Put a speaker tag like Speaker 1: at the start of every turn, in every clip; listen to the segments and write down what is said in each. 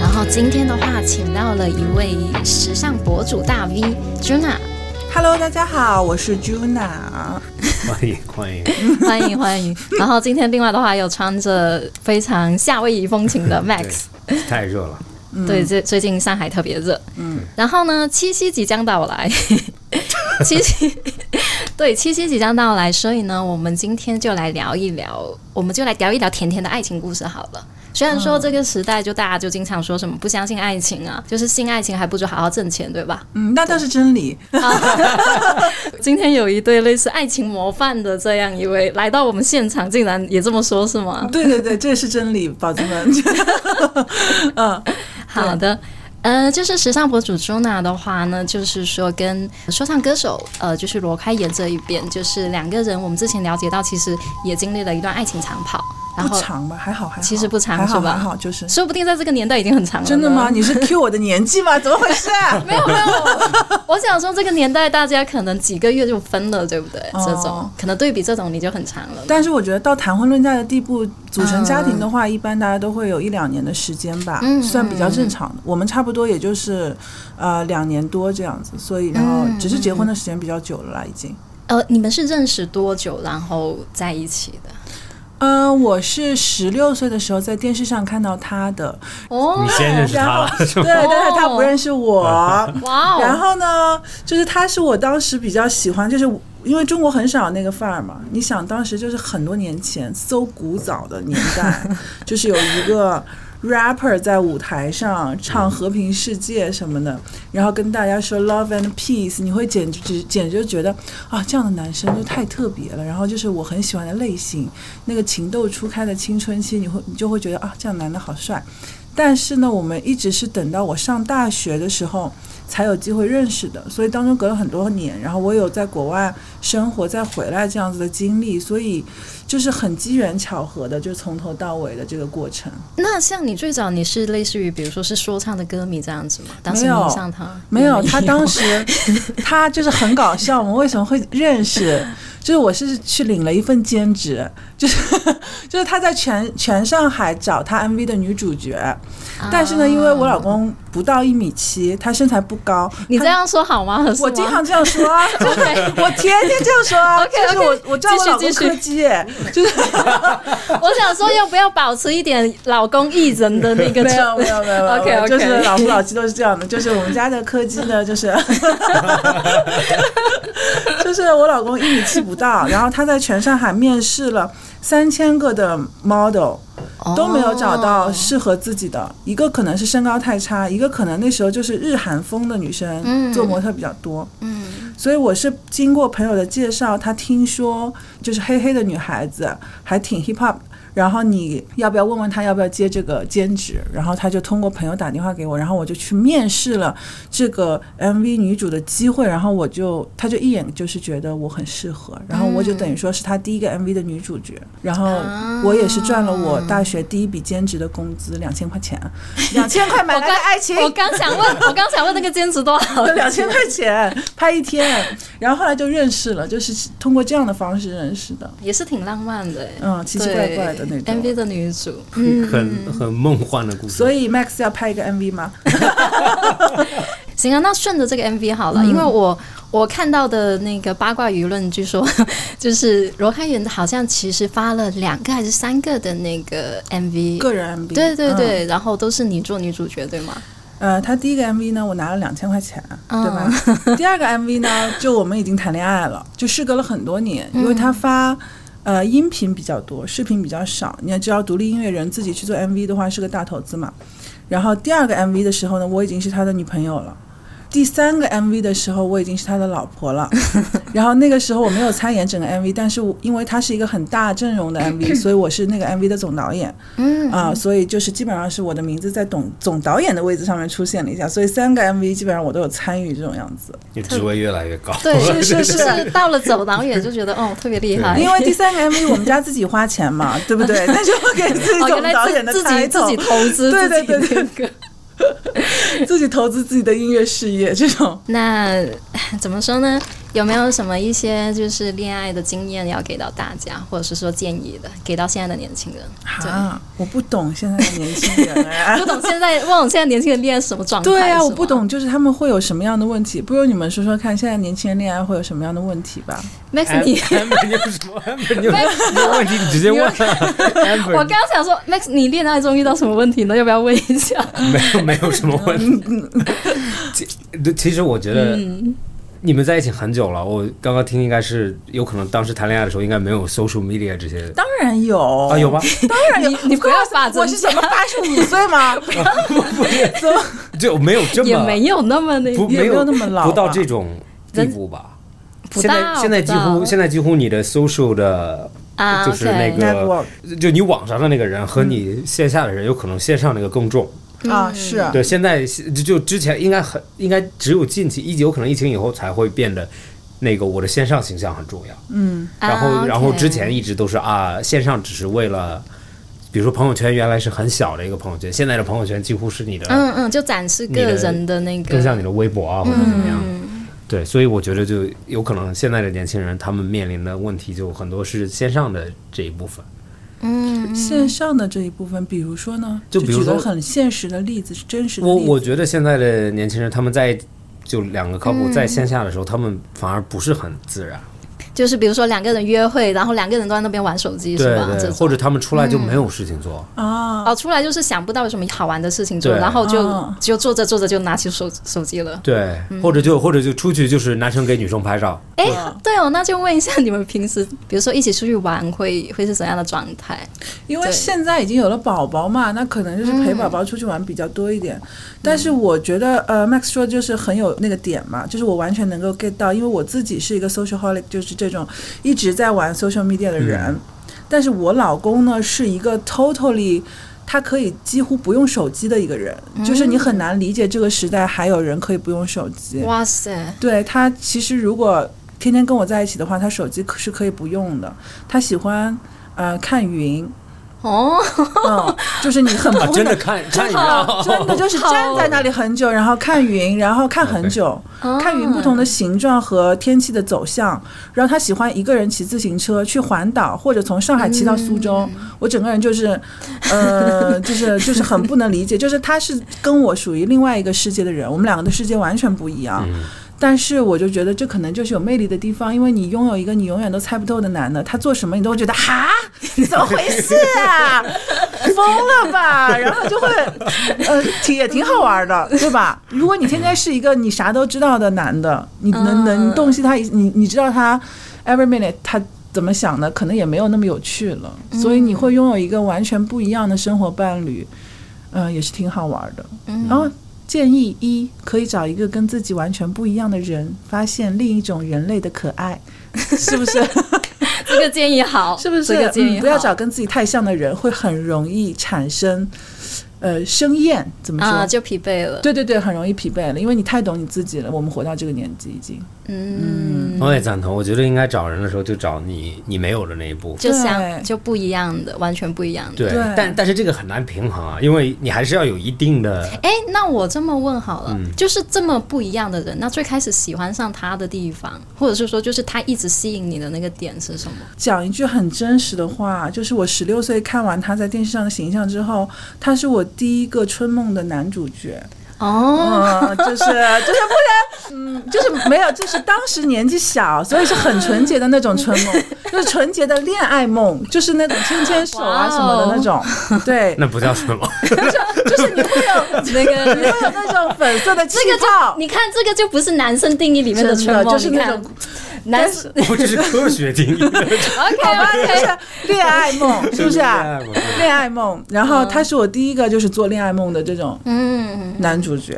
Speaker 1: 然后今天的话，请到了一位时尚博主大 V Juna，
Speaker 2: Hello，大家好，我是 Juna。
Speaker 3: 欢迎欢迎，
Speaker 1: 欢迎欢迎。然后今天另外的话，有穿着非常夏威夷风情的 Max。
Speaker 3: 对太热了，
Speaker 1: 对，最最近上海特别热。嗯，然后呢，七夕即将到来， 七夕，对，七夕即将到来，所以呢，我们今天就来聊一聊，我们就来聊一聊甜甜的爱情故事好了。虽然说这个时代，就大家就经常说什么不相信爱情啊，就是信爱情还不如好好挣钱，对吧？
Speaker 2: 嗯，那倒是真理。
Speaker 1: 今天有一对类似爱情模范的这样一位来到我们现场，竟然也这么说，是吗？
Speaker 2: 对对 对，这是真理，宝子们。 嗯，
Speaker 1: 好的。呃，就是时尚博主 Jona 的话呢，就是说跟说唱歌手呃，就是罗开颜这一边，就是两个人，我们之前了解到，其实也经历了一段爱情长跑，然
Speaker 2: 不
Speaker 1: 后
Speaker 2: 长吧，还好还好。
Speaker 1: 其实不长
Speaker 2: 还好
Speaker 1: 是吧
Speaker 2: 还好，就是
Speaker 1: 说不定在这个年代已经很长了。
Speaker 2: 真的吗？？你是 Q 我的年纪吗？怎么回事啊？
Speaker 1: 没有没有，我想说这个年代大家可能几个月就分了，对不对？
Speaker 2: 哦
Speaker 1: 这种可能对比这种你就很长了。
Speaker 2: 但是我觉得到谈婚论嫁的地步，组成家庭的话，一般大家都会有一两年的时间吧，
Speaker 1: 嗯
Speaker 2: 算比较正常的。我们差不多也就是呃两年多这样子，所以然后
Speaker 1: 嗯
Speaker 2: 只是结婚的时间比较久了啦，已经。
Speaker 1: 呃，你们是认识多久然后在一起的？
Speaker 2: 嗯、我是十六岁的时候在电视上看到他的，
Speaker 1: 哦
Speaker 3: 你，先认识他
Speaker 2: 然
Speaker 3: 了
Speaker 2: 后
Speaker 3: 是
Speaker 2: 对，
Speaker 3: 吗？
Speaker 2: 但是他不认识 我。
Speaker 1: 哇哦，
Speaker 2: 然后呢，就是他是我当时比较喜欢，就是因为中国很少那个范儿嘛。你想，当时就是很多年前搜古早的年代，就是有一个 rapper 在舞台上唱《和平世界》什么的，然后跟大家说 love and peace，你会简直简直就觉得啊，这样的男生就太特别了。然后就是我很喜欢的类型，那个情窦初开的青春期，你会你就会觉得啊，这样的男的好帅。但是呢，我们一直是等到我上大学的时候才有机会认识的，所以当中隔了很多年，然后我有在国外生活再回来这样子的经历，所以就是很机缘巧合的，就从头到尾的这个过程。
Speaker 1: 那像你最早你是类似于比如说是说唱的歌迷这样子吗？当时
Speaker 2: 没有
Speaker 1: 迷上他
Speaker 2: 没有，他当 时他就是很搞笑。我们为什么会认识？就是我是去领了一份兼职，就是 就是他在全全上海找他 MV 的女主角，但是呢，因为我老公不到一米七，他身材不高，
Speaker 1: 你
Speaker 2: 他
Speaker 1: 这样说好吗？
Speaker 2: 我经常这样说啊，我天天这样说啊，就
Speaker 1: OK，OK，
Speaker 2: 是我我叫我老公
Speaker 1: 继续继续
Speaker 2: 柯基耶，就是
Speaker 1: 我想说，要不要保持一点老公艺人的那个
Speaker 2: 没有没有没有没有
Speaker 1: OK，OK
Speaker 2: 就是老夫老妻都是这样的，就是我们家的柯基呢，就是 就是我老公一米七不到，然后他在全上海面试了三千个的 model。都
Speaker 1: 哦
Speaker 2: 没有找到适合自己的，一个可能是身高太差，一个可能那时候就是日韩风的女生
Speaker 1: 嗯
Speaker 2: 做模特比较多，
Speaker 1: 嗯，
Speaker 2: 所以我是经过朋友的介绍，他听说就是黑黑的女孩子还挺 hip hop，然后你要不要问问他要不要接这个兼职？然后他就通过朋友打电话给我，然后我就去面试了这个 MV 女主的机会，然后我就他就一眼就是觉得我很适合，然后我就等于说是他第一个 MV 的女主角，然后我也是赚了我大学第一笔兼职的工资两千块钱， 两千块买
Speaker 1: 我
Speaker 2: 来的爱情
Speaker 1: 刚。我刚想问，我刚想问那个兼职多少？
Speaker 2: 两千块钱拍一天，然后后来就认识了，就是通过这样的方式认识的，
Speaker 1: 也是挺浪漫的，欸
Speaker 2: 嗯，奇奇怪怪的那
Speaker 1: 对
Speaker 2: 种。
Speaker 1: MV 的女主，
Speaker 3: 很很梦幻的故事。
Speaker 2: 所以 Max 要拍一个 MV 吗？
Speaker 1: 哎行啊，那顺着这个 MV 好了，
Speaker 2: 嗯
Speaker 1: 因为我我看到的那个八卦舆论，据说就是罗开元好像其实发了两个还是三个的那个 MV，
Speaker 2: 个人 MV。
Speaker 1: 对对
Speaker 2: 嗯。
Speaker 1: 对，然后都是你做女主角对吗？
Speaker 2: 呃，他第一个 MV 呢，我拿了两千块钱，
Speaker 1: 嗯
Speaker 2: 对吧？ 第二个 MV 呢，就我们已经谈恋爱了，就事隔了很多年，因为他发。呃，音频比较多，视频比较少。你要知道，独立音乐人自己去做 MV 的话是个大投资嘛。然后第二个 MV 的时候呢，我已经是他的女朋友了。第三个 MV 的时候，我已经是他的老婆了。然后那个时候我没有参演整个 MV，但是我因为它是一个很大阵容的 MV，所以我是那个 MV 的总导演。
Speaker 1: 嗯
Speaker 2: 啊、所以就是基本上是我的名字在总总导演的位置上面出现了一下，所以三个 MV 基本上我都有参与这种样子。
Speaker 3: 你职位越来越高。
Speaker 1: 对，
Speaker 2: 哦 是
Speaker 1: 就是是到了走廊也就觉得哦特别厉害，
Speaker 2: 因 为第三个 MV 我们家自己花钱 嘛，对不对？那就给自己
Speaker 1: 哦
Speaker 2: 总
Speaker 1: 原
Speaker 2: 导
Speaker 1: 来
Speaker 2: 演的
Speaker 1: 自自己
Speaker 2: 抬头
Speaker 1: 自己投资
Speaker 2: 对
Speaker 1: 自己
Speaker 2: 对对
Speaker 1: 那个。
Speaker 2: 自己投资自己的音乐事业，这种
Speaker 1: 那怎么说呢？有没有什么一些就是恋爱的经验要给到大家，或者是说建议的，给到现在的年轻人？
Speaker 2: 啊，我不懂现在的年轻人
Speaker 3: 啊
Speaker 2: 哎
Speaker 1: 不。懂现在，不懂现在年轻人恋爱是什么状态？
Speaker 2: 对啊，
Speaker 1: 是
Speaker 2: 我
Speaker 1: 吗
Speaker 2: 不。懂，就是他们会有什么样的问题？不如你们说说看，现在年轻人恋爱会有什么样的问题吧？
Speaker 3: 哎
Speaker 1: Max，你
Speaker 3: amber 你有什么 amber 你有你有问题你直接问啊 amber
Speaker 1: 我刚刚想说，Max，你恋爱中遇到什么问题呢？要不要问一下？
Speaker 3: 没有没有什么问题。其其实我觉得你们在一起很久了，我刚刚听应该是有可能当时谈恋爱的时候应该没有 social media 这些
Speaker 2: 当然有
Speaker 3: 啊有？吧？
Speaker 2: 当然有，
Speaker 1: 你你不要把
Speaker 2: 我是什么八十五岁 吗？
Speaker 3: 就没有这
Speaker 1: 也
Speaker 3: 么
Speaker 1: 没哎有那么那
Speaker 3: 不
Speaker 2: 也
Speaker 3: 没
Speaker 2: 没有那么老
Speaker 3: 不到
Speaker 2: 吧
Speaker 3: 这种地步吧？
Speaker 1: 不
Speaker 3: 现在
Speaker 1: 到
Speaker 3: 现在
Speaker 1: 不
Speaker 3: 几乎
Speaker 1: 到
Speaker 3: 现在几乎你的 social 的
Speaker 1: 啊，
Speaker 3: 就是那
Speaker 1: OK
Speaker 3: 个，就你网上的那个人和你线下的人，有可能线上那个更重。
Speaker 2: 啊，是啊
Speaker 3: 对，现在就就之前应该很应该只有近期疫有可能疫情以后才会变得那个我的线上形象很重要。
Speaker 2: 嗯，
Speaker 3: 然后、
Speaker 1: 啊，OK
Speaker 3: 然后之前一直都是啊，线上只是为了，比如说朋友圈原来是很小的一个朋友圈，现在的朋友圈几乎是你的、
Speaker 1: 嗯嗯，就展示个
Speaker 3: 你的
Speaker 1: 人的那
Speaker 3: 更
Speaker 1: 个，
Speaker 3: 像你的微博啊或者怎么样。对，所以我觉得就有可能现在的年轻人他们面临的问题就很多是线上的这一部分。
Speaker 1: 嗯，
Speaker 2: 线上的这一部分，比如说呢，
Speaker 3: 就比如
Speaker 2: 举个
Speaker 3: 说
Speaker 2: 很现实的例子，是真实的
Speaker 3: 我
Speaker 2: 例子
Speaker 3: 我觉得现在的年轻人他们在就两个 couple
Speaker 1: 嗯
Speaker 3: 在线下的时候，他们反而不是很自然。
Speaker 1: 就是比如说两个人约会，然后两个人都在那边玩手机，
Speaker 3: 对
Speaker 1: 是吧？这
Speaker 3: 对，
Speaker 1: 种
Speaker 3: 或者他们出来就没有事情做，
Speaker 2: 啊，
Speaker 1: 哦，出来就是想不到有什么好玩的事情做，
Speaker 3: 对
Speaker 1: 然后就、
Speaker 2: 嗯
Speaker 1: 就做着做着就拿起手手机了。
Speaker 3: 对，或者就或者就出去就是男生给女生拍照，
Speaker 1: 哎
Speaker 2: 啊，
Speaker 1: 对哦，那就问一下你们平时，比如说一起出去玩会会是怎样的状态？
Speaker 2: 因为
Speaker 1: 对
Speaker 2: 现在已经有了宝宝嘛，那可能就是陪
Speaker 3: 嗯
Speaker 2: 宝宝出去玩比较多一点。但是我觉得，呃，Max 说就是很有那个点嘛，就是我完全能够 get 到，因为我自己是一个 social holic，就是这种一直在玩 social media 的人。
Speaker 3: 嗯
Speaker 2: 但是我老公呢是一个 totally。他可以几乎不用手机的一个人，就是
Speaker 3: 嗯
Speaker 2: 你很难理解这个时代还有人可以不用手机。
Speaker 1: 哇塞，
Speaker 2: 对他其实如果天天跟我在一起的话，他手机可是可以不用的。他喜欢呃看云，
Speaker 1: 哦，
Speaker 2: 嗯，就是你很
Speaker 3: 啊
Speaker 2: 不，会
Speaker 3: 真
Speaker 2: 的。
Speaker 3: 的看看一
Speaker 2: 啊
Speaker 3: 下，
Speaker 2: 真的就是
Speaker 1: 好
Speaker 2: 站在那里很久，然后看云，然后
Speaker 3: 啊
Speaker 2: 看很久，
Speaker 1: 哦
Speaker 2: 看云不同的形状和天气的走向。然后他喜欢一个人骑自行车去环岛，或者从上海骑到苏州。我整个人就是，呃，就是 就是很不能理解，就是他是跟我属于另外一个世界的人，我们两个的世界完全不一
Speaker 3: 嗯
Speaker 2: 样。但是我就觉得这可能就是有魅力的地方，因为你拥有一个你永远都猜不透的男的，他做什么你都会觉得哈，怎么回事啊？疯了吧？然后就会，呃，挺也挺好玩的，对吧？如果你天天是一个你啥都知道的男的，你能能洞悉他一，你你知道他 every minute 他怎么想的，可能也没有那么有趣了。所以你会拥有一个完全不一样的生活伴侣，嗯、也是挺好玩的。然后建议一，可以找一个跟自己完全不一样的人，发现另一种人类的可爱， 是不是？
Speaker 1: 这个建议好，
Speaker 2: 是不是？
Speaker 1: 这个建议
Speaker 2: 嗯
Speaker 1: 好
Speaker 2: 不要找跟自己太像的人，会很容易产生呃生厌，怎么说？
Speaker 1: 啊，就疲惫了。
Speaker 2: 对对对，很容易疲惫了，因为你太懂你自己了。我们活到这个年纪已经，
Speaker 1: 嗯，
Speaker 3: 我也赞同，我觉得应该找人的时候就找你你没有的那一部。
Speaker 1: 就像
Speaker 2: 对
Speaker 1: 就不一样的，完全不一样的。
Speaker 3: 对
Speaker 2: 对，
Speaker 3: 但但是这个很难平衡啊，因为你还是要有一定的
Speaker 1: 哎，那我这么问好了，
Speaker 3: 嗯
Speaker 1: 就是这么不一样的人，那最开始喜欢上他的地方，或者是说，就是他一直吸引你的那个点是什么？
Speaker 2: 讲一句很真实的话，就是我十六岁看完他在电视上的形象之后，他是我第一个春梦的男主角。
Speaker 1: 哦，
Speaker 2: 嗯，就是就是不然，嗯，就是没有，就是当时年纪小，所以是很纯洁的那种春梦，就是纯洁的恋爱梦，就是那种牵牵手
Speaker 1: 哦
Speaker 2: 啊什么的那种，对，
Speaker 3: 那不叫什 么，
Speaker 2: 就是你会有
Speaker 1: 那个
Speaker 2: 你会有那种粉色的气
Speaker 1: 这个就
Speaker 2: 泡，
Speaker 1: 你看这个就不是男生定义里面
Speaker 2: 真的
Speaker 1: 春梦，
Speaker 2: 就是
Speaker 1: 你
Speaker 2: 那
Speaker 1: 看
Speaker 2: 种
Speaker 1: 男
Speaker 2: 但是
Speaker 3: 我这是科学定义的，
Speaker 1: OK
Speaker 2: 就
Speaker 1: OK，
Speaker 2: 是 恋爱梦，是不是啊？
Speaker 3: 这个恋爱嘛
Speaker 2: 恋爱梦，然后他是我第一个就是做恋爱梦的这种
Speaker 1: 嗯，
Speaker 2: 男主角，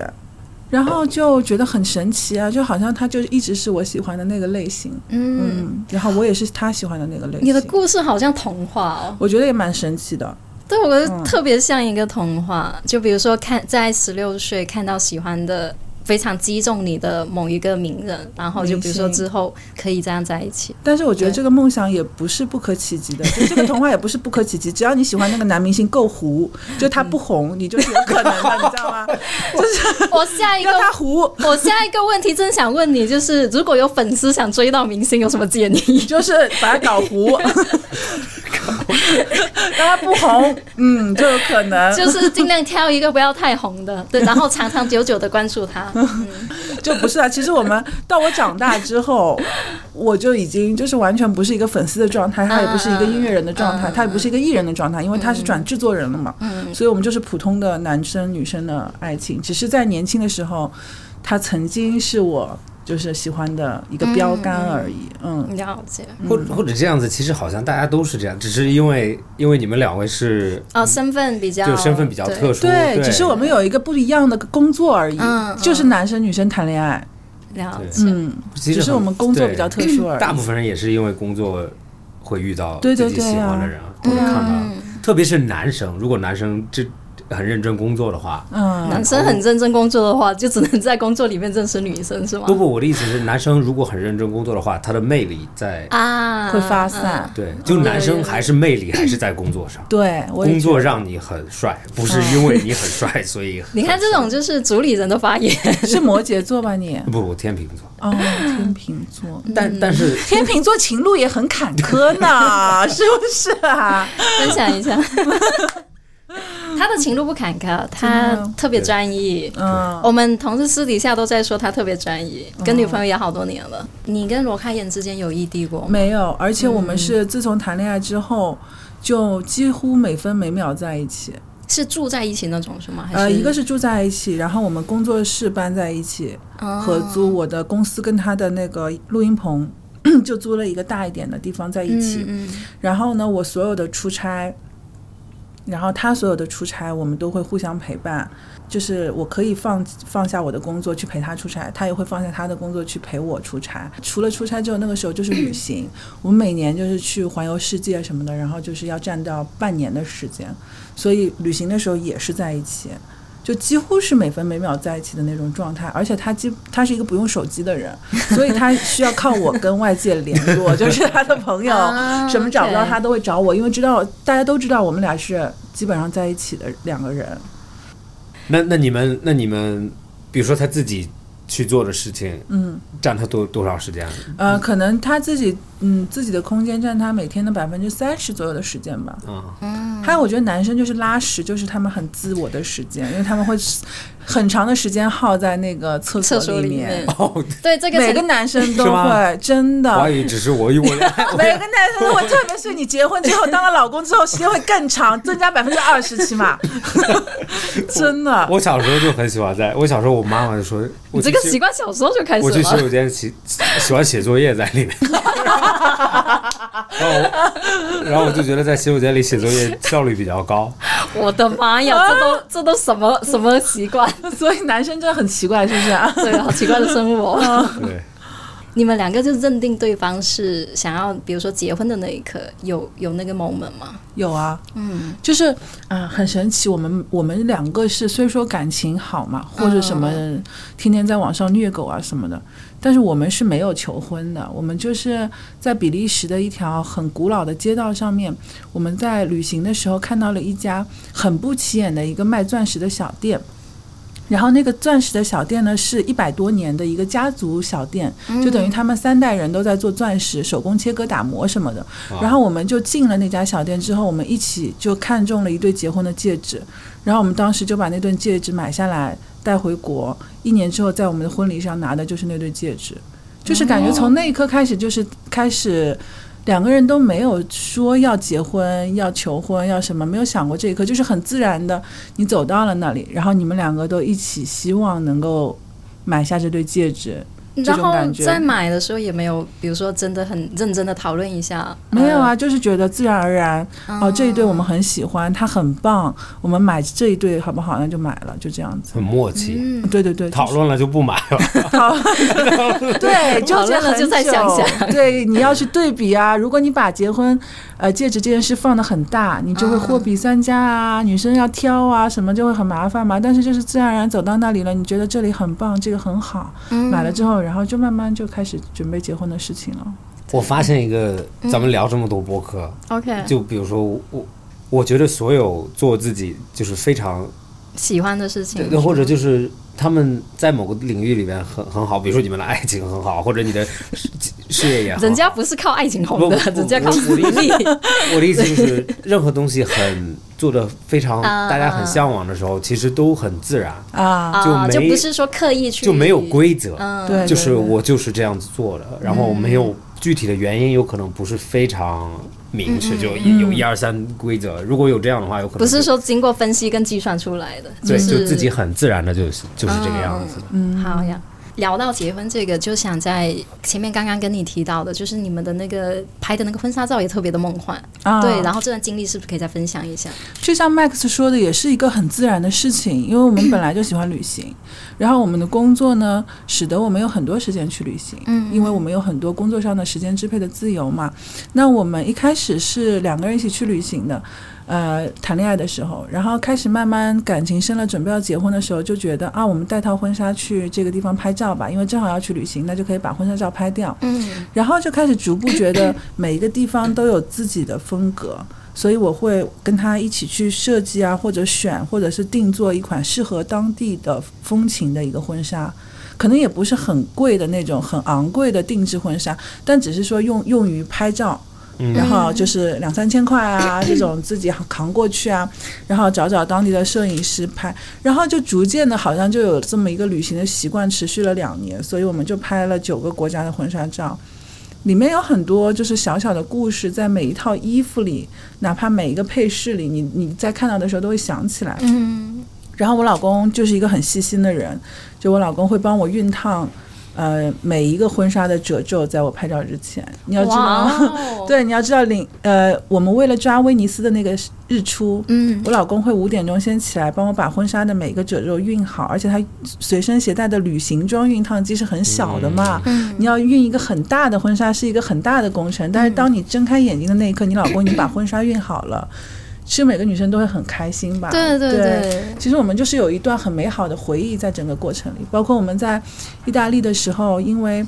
Speaker 2: 然后就觉得很神奇啊，就好像他就一直是我喜欢的那个类型，
Speaker 1: 嗯，
Speaker 2: 嗯，然后我也是他喜欢的那个类型。
Speaker 1: 你的故事好像童话哦，
Speaker 2: 我觉得也蛮神奇的，
Speaker 1: 对我觉得
Speaker 2: 嗯
Speaker 1: 特别像一个童话。就比如说看在十六岁看到喜欢的。非常击中你的某一个名人，然后就比如说
Speaker 2: 明星
Speaker 1: 之后可以这样在一起，
Speaker 2: 但是我觉得
Speaker 1: 对
Speaker 2: 这个梦想也不是不可企及的， 就这个童话也不是不可企及。只要你喜欢那个男明星够糊，就他不红，你就是有可能的，你知道吗？就是
Speaker 1: 我下一个
Speaker 2: 要他糊，
Speaker 1: 我下一个问题真想问你，就是如果有粉丝想追到明星，有什么建
Speaker 2: 你
Speaker 1: 议？
Speaker 2: 就是把他搞糊， 让他不红，嗯，就有可能，
Speaker 1: 就是尽量挑一个不要太红的，对，然后长长久久的关注他。
Speaker 2: 就不是啊。其实我们到我长大之后，我就已经就是完全不是一个粉丝的状态，他也不是一个音乐人的状态，他也不是一个艺人的状态，因为他是转制作人了嘛。所以我们就是普通的男生女生的爱情，只是在年轻的时候，他曾经是我就是喜欢的一个标杆而已。嗯，
Speaker 1: 了解
Speaker 3: 或或者这样子，其实好像大家都是这样，只是因为因为你们两位是
Speaker 1: 哦，身份比
Speaker 3: 嗯
Speaker 1: 较
Speaker 3: 就身份比较
Speaker 1: 对
Speaker 3: 特殊，
Speaker 2: 对，
Speaker 3: 对，
Speaker 2: 只是我们有一个不一样的工作而已
Speaker 1: 嗯嗯，
Speaker 2: 就是男生女生谈恋爱，
Speaker 1: 了解。
Speaker 2: 嗯，
Speaker 3: 其实
Speaker 2: 只是我
Speaker 3: 很
Speaker 2: 们工作比较特殊而
Speaker 3: 大
Speaker 2: 已。
Speaker 3: 部分人也是因为工作会遇到
Speaker 2: 对对
Speaker 3: 自己喜
Speaker 2: 对啊嗯
Speaker 3: 欢的人，或者看到，特别是男生，如果男生这很认真工作的话，
Speaker 2: 嗯，
Speaker 1: 男生很认真工作的话，就只能在工作里面认识女生，是吗
Speaker 3: 不？不，我的意思是，男生如果很认真工作的话，他的魅力在
Speaker 1: 啊，
Speaker 2: 会发散。
Speaker 3: 对，就男
Speaker 2: 嗯
Speaker 3: 生还是魅力还是在工作上，
Speaker 2: 对，我也觉
Speaker 3: 工作让你很帅，不是因为你很帅，所以
Speaker 1: 你看这种就是主理人的发 言，
Speaker 2: 得是摩羯座吧你？
Speaker 3: 不，我天秤座，
Speaker 1: 嗯
Speaker 2: 哦，天秤座，
Speaker 3: 但但是
Speaker 2: 天秤座情路也很坎坷 呢，是不是啊？
Speaker 1: 分享 一下。他的情路不坎坷，他
Speaker 2: 真的
Speaker 1: 特别专一。
Speaker 2: 嗯，
Speaker 1: 我们同事私底下都在说他特别专一，跟女朋友也好多年了。你跟罗开颜之间有异地过吗？
Speaker 2: 没有，而且我们是自从谈恋爱之后。就几乎每分每秒在一起，
Speaker 1: 是住在一起那种是吗？还是
Speaker 2: 呃，一个是住在一起，然后我们工作室搬在一起
Speaker 1: 啊
Speaker 2: 合租，我的公司跟他的那个录音棚 就租了一个大一点的地方在一起，
Speaker 1: 嗯嗯
Speaker 2: 然后呢，我所有的出差，然后他所有的出差，我们都会互相陪伴。就是我可以放放下我的工作去陪他出差，他也会放下他的工作去陪我出差。除了出差之后，那个时候就是旅行。我们每年就是去环游世界什么的，然后就是要占到半年的时间，所以旅行的时候也是在一起，就几乎是每分每秒在一起的那种状态。而且他基他是一个不用手机的人，所以他需要靠我跟外界联络，就是他的朋友
Speaker 1: 啊
Speaker 2: 什么找不到
Speaker 1: OK
Speaker 2: 他都会找我，因为知道大家都知道我们俩是基本上在一起的两个人。
Speaker 3: 那那你们那你们，比如说他自己去做的事情，
Speaker 2: 嗯，
Speaker 3: 占他多多少时间？啊
Speaker 2: 呃，可能他自己嗯自己的空间占他每天的百分之三十左右的时间吧。
Speaker 1: 嗯
Speaker 3: 啊，
Speaker 2: 还有，我觉得男生就是拉屎，就是他们很自我的时间，因为他们会很长的时间耗在那个厕
Speaker 1: 厕所
Speaker 2: 里
Speaker 1: 里面。
Speaker 3: 哦，
Speaker 1: 对这个
Speaker 2: 每
Speaker 1: 曾
Speaker 2: 个男生都
Speaker 3: 是吗
Speaker 2: 会，真的。
Speaker 3: 我还以为只是我以 为
Speaker 2: 每个男生，我特别是你结婚之后，当了老公之后，时间会更长，增加百分之二十起码， 真的。
Speaker 3: 我小时候就很喜欢在，我小时候我妈妈就说，我
Speaker 1: 你这
Speaker 3: 去
Speaker 1: 个
Speaker 3: 洗
Speaker 1: 习惯小时候就开始
Speaker 3: 我去洗
Speaker 1: 了。
Speaker 3: 手间写喜欢写作业在里面， 然后我然后我就觉得在洗手间里写作业效率比较高。
Speaker 1: 我的妈 呀，这都这都什么什么习 惯？
Speaker 2: 所以男生真的很奇怪，是不是嗯啊？
Speaker 1: 对，好奇怪的生哦活。
Speaker 3: 对，
Speaker 1: 你们两个就认定对方是想要，比如说结婚的那一刻，有有那个 moment 吗？
Speaker 2: 有啊，嗯，就是啊、很神奇。我们我们两个是虽说感情好嘛，或者什么天天在网上虐狗啊什么的，但是我们是没有求婚的。我们就是在比利时的一条很古老的街道上面，我们在旅行的时候看到了一家很不起眼的一个卖钻石的小店。然后那个钻石的小店呢，是一百多年的一个家族小店，就等于他们三代人都在做钻石，手工切割、打磨什么的。
Speaker 3: 啊
Speaker 2: 然后我们就进了那家小店之后，我们一起就看中了一对结婚的戒指，然后我们当时就把那对戒指买下来带回国，一年之后在我们的婚礼上拿的就是那对戒指，就是感觉从那一刻开始就是开始。两个人都没有说要结婚、要求婚、要什么，没有想过这一刻，就是很自然的，你走到了那里，然后你们两个都一起希望能够买下这对戒指，这
Speaker 1: 然
Speaker 2: 种
Speaker 1: 后
Speaker 2: 感觉。
Speaker 1: 在买的时候也没有，比如说真的很认真的讨论一下，
Speaker 2: 没有啊，就是觉得自然而然，
Speaker 1: 呃，
Speaker 2: 哦，这一对我
Speaker 1: 嗯
Speaker 2: 们很喜欢，它很棒，我们买这一对好不好？那就买了，就这样子。
Speaker 3: 很默契，
Speaker 1: 嗯，
Speaker 2: 对对对，
Speaker 3: 讨论了就不买了。
Speaker 2: 就是对，纠结
Speaker 1: 讨论了
Speaker 2: 很
Speaker 1: 就再
Speaker 2: 久
Speaker 1: 想想
Speaker 2: 对，你要去对比啊。如果你把结婚，呃，戒指这件事放得很大，你就会货
Speaker 1: 嗯
Speaker 2: 比三家啊，女生要挑啊，什么就会很麻烦嘛。但是就是自然而然走到那里了，你觉得这里很棒，这个很好，
Speaker 1: 嗯
Speaker 2: 买了之后，然后就慢慢就开始准备结婚的事情了。
Speaker 3: 我发现一个，
Speaker 1: 嗯
Speaker 3: 咱们聊这么多播客，
Speaker 1: OK，
Speaker 3: 就比如说我，我觉得所有做自己就是非常，
Speaker 1: 喜欢的事情，
Speaker 3: 或者就是他们在某个领域里面很很好，比如说你们的爱情很好，或者你的 事事业也好。
Speaker 1: 人家不是靠爱情红的
Speaker 3: 不，不
Speaker 1: 人家靠
Speaker 3: 我
Speaker 1: 实
Speaker 3: 我
Speaker 1: 力。
Speaker 3: 我的意思就是，任何东西很做的非常，
Speaker 1: 啊
Speaker 3: 大家很向往的时候，其实都很自然，
Speaker 2: 啊，
Speaker 1: 啊，
Speaker 3: 就
Speaker 1: 就
Speaker 3: 没
Speaker 1: 不是说刻意去
Speaker 3: 就没有，规则。
Speaker 1: 嗯，
Speaker 2: 对，
Speaker 3: 就是
Speaker 2: 对对
Speaker 3: 我就是这样子做的，然后没有具体的原因，有可能不是非常明确，就一有一二三规则。如果有这样的话，有可能
Speaker 1: 不是
Speaker 3: 就
Speaker 1: 说经过分析跟计算出来的，
Speaker 3: 对，
Speaker 1: 是嗯
Speaker 3: 就自己很自然的就是就是这个样子的。
Speaker 1: 好呀。聊到结婚这个，就想在前面刚刚跟你提到的，就是你们的那个拍的那个婚纱照也特别的梦幻，
Speaker 2: 啊
Speaker 1: 对。然后这段经历是不是可以再分享一下？
Speaker 2: 就像 Max 说的，也是一个很自然的事情，因为我们本来就喜欢旅 行，然后我们的工作呢，使得我们有很多时间去旅行，
Speaker 1: 嗯
Speaker 2: 因为我们有很多工作上的时间支配的自由嘛。那我们一开始是两个人一起去旅行的，呃，谈恋爱的时候，然后开始慢慢感情深了，准备要结婚的时候，就觉得啊，我们带套婚纱去这个地方拍照吧，因为正好要去旅行，那就可以把婚纱照拍掉。
Speaker 1: 嗯，
Speaker 2: 然后就开始逐步觉得每一个地方都有自己的风格，所以我会跟他一起去设计啊，或者选，或者是定做一款适合当地的风情的一个婚纱。可能也不是很贵的那种，很昂贵的定制婚纱，但只是说用用于拍照，
Speaker 3: 嗯
Speaker 2: 然后就是两三千块啊，这种自己扛过去啊，然后找找当地的摄影师拍，然后就逐渐的，好像就有这么一个旅行的习惯，持续了两年，所以我们就拍了九个国家的婚纱照，里面有很多就是小小的故事，在每一套衣服里，哪怕每一个配饰里，你你在看到的时候都会想起来。嗯。然后我老公就是一个很细心的人，就我老公会帮我熨烫，呃，每一个婚纱的褶皱，在我拍照之前，你要知道
Speaker 1: 哇， 哦，
Speaker 2: 对，你要知道领呃，我们为了抓威尼斯的那个日出，
Speaker 1: 嗯
Speaker 2: 我老公会五点钟先起来帮我把婚纱的每个褶皱熨好，而且他随身携带的旅行装熨烫机是很小的嘛。
Speaker 1: 嗯
Speaker 2: 你要熨一个很大的婚纱是一个很大的工程，但是当你睁开眼睛的那一刻，你老公已经把婚纱熨好了，其实每个女生都会很开心吧？
Speaker 1: 对对
Speaker 2: 对
Speaker 1: 对，
Speaker 2: 其实我们就是有一段很美好的回忆在整个过程里，包括我们在意大利的时候，因为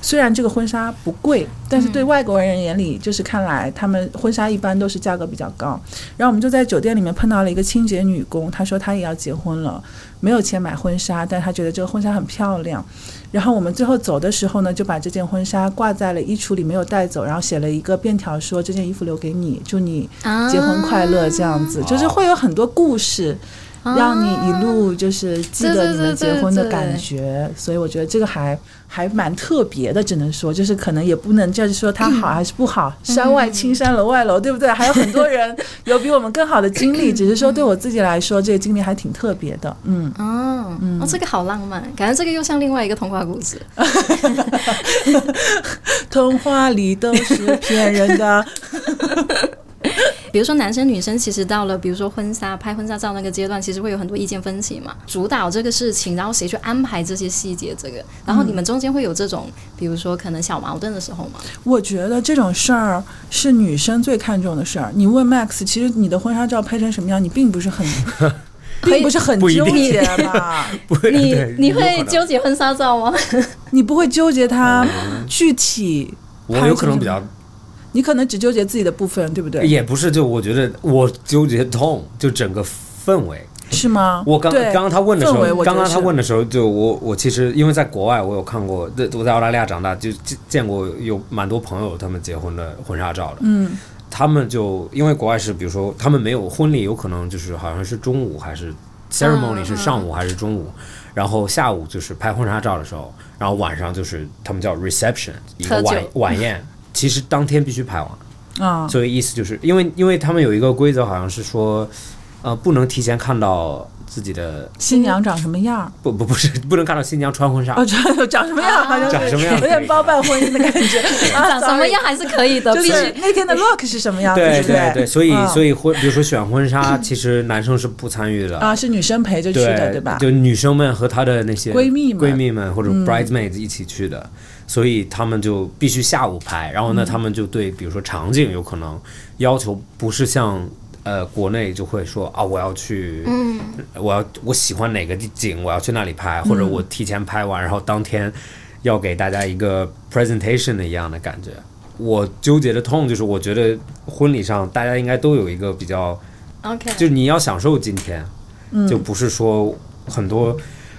Speaker 2: 虽然这个婚纱不贵，但是对外国人眼里就是看来他们婚纱一般都是价格比较高。然后我们就在酒店里面碰到了一个清洁女工，她说她也要结婚了，没有钱买婚纱，但她觉得这个婚纱很漂亮。然后我们最后走的时候呢，就把这件婚纱挂在了衣橱里，没有带走，然后写了一个便条说这件衣服留给你，祝你
Speaker 1: 啊
Speaker 2: 结婚快乐这样子，就是会有很多故事。让你一
Speaker 3: 啊
Speaker 2: 路就是记得你们结婚的感觉，所以我觉得这个还还蛮特别的，只能说就是可能也不能就是说它
Speaker 3: 嗯
Speaker 2: 好还是不好，山外青山楼外楼，对 不对？还有很多人有比我们更好的经历，只是说对我自己来说，这个经历还挺特别的， 嗯，
Speaker 1: 哦，哦，这个好浪漫，感觉这个又像另外一个童话故事。
Speaker 2: 童话里都是骗人的，
Speaker 1: 比如说男生女生，其实到了比如说婚纱拍婚纱照那个阶段，其实会有很多意见分歧嘛，主导这个事情，然后谁去安排这些细节，这个，然后你们中间会有这种，比如说可能小矛盾的时候嘛，
Speaker 2: 我觉得这种事儿是女生最看重的事儿。你问 Max，其实你的婚纱照拍成什么样，你并不 是很，并不是很
Speaker 3: 不一
Speaker 2: 纠
Speaker 3: 定
Speaker 2: 结吧？
Speaker 3: 不会
Speaker 1: 你
Speaker 3: 对
Speaker 1: 你
Speaker 3: 有可
Speaker 1: 会
Speaker 3: 能
Speaker 1: 纠结婚纱照吗？
Speaker 2: 你不会纠结它具体，
Speaker 3: 嗯我有可能比较，
Speaker 2: 你可能只纠结自己的部分，对不对？
Speaker 3: 也不是，就我觉得我纠结痛，就整个氛围。
Speaker 2: 是吗？
Speaker 3: 我刚
Speaker 2: 对
Speaker 3: 刚刚他问的时
Speaker 2: 氛围
Speaker 3: 候，
Speaker 2: 我觉
Speaker 3: 刚
Speaker 2: 得
Speaker 3: 刚他
Speaker 2: 是
Speaker 3: 问的时候，就我我其实因为在国外我有看过，对我在澳大利亚长大，就见见过有蛮多朋友他们结婚的婚纱照的，
Speaker 2: 嗯
Speaker 3: 他们就因为国外是比如说他们没有婚礼，有可能就是好像是中午还是
Speaker 2: 嗯
Speaker 3: ceremony 是上午还是中午，然后下午就是拍婚纱照的时候，然后晚上就是他们叫 reception 一个
Speaker 1: 喝酒
Speaker 3: 晚晚宴，其实当天必须拍完。
Speaker 2: 啊
Speaker 3: 所以意思就是因为因为他们有一个规则，好像是说，呃，不能提前看到自己的
Speaker 2: 新娘长什么样儿？
Speaker 3: 不不不是不能看到新娘穿婚纱
Speaker 2: 哦，，长长什么样儿？好像
Speaker 3: 长
Speaker 2: 是
Speaker 3: 什么样儿
Speaker 2: 有点包办婚姻的感 觉。啊
Speaker 1: 长什么样还是可以的，
Speaker 2: sorry，就
Speaker 1: 必
Speaker 2: 是
Speaker 1: 须
Speaker 2: 那天的 look 是啊什么样子？
Speaker 3: 对
Speaker 2: 对不
Speaker 3: 对，所以所
Speaker 2: 以
Speaker 3: 以婚，比如说选婚 纱，其实男生是不参与的，
Speaker 2: 啊，是女生陪着去
Speaker 3: 对
Speaker 2: 的，对吧？
Speaker 3: 就女生们和她的那些
Speaker 2: 闺蜜们嗯
Speaker 3: 闺蜜们或者 bridesmaids 一起去的，所以他们就必须下午拍。然后
Speaker 2: 嗯
Speaker 3: 呢，他们就对比如说场景有可能要求不是像呃国内就会说啊我要去，嗯，我要我喜欢哪个景，我要去那里拍，或者我提前拍完，然后当天要给大家一个 presentation 的一样的感觉。我纠结的痛就是，我觉得婚礼上大家应该都有一个比较
Speaker 1: OK。
Speaker 3: 就是你要享受今天，
Speaker 2: 嗯
Speaker 3: 就不是说很多，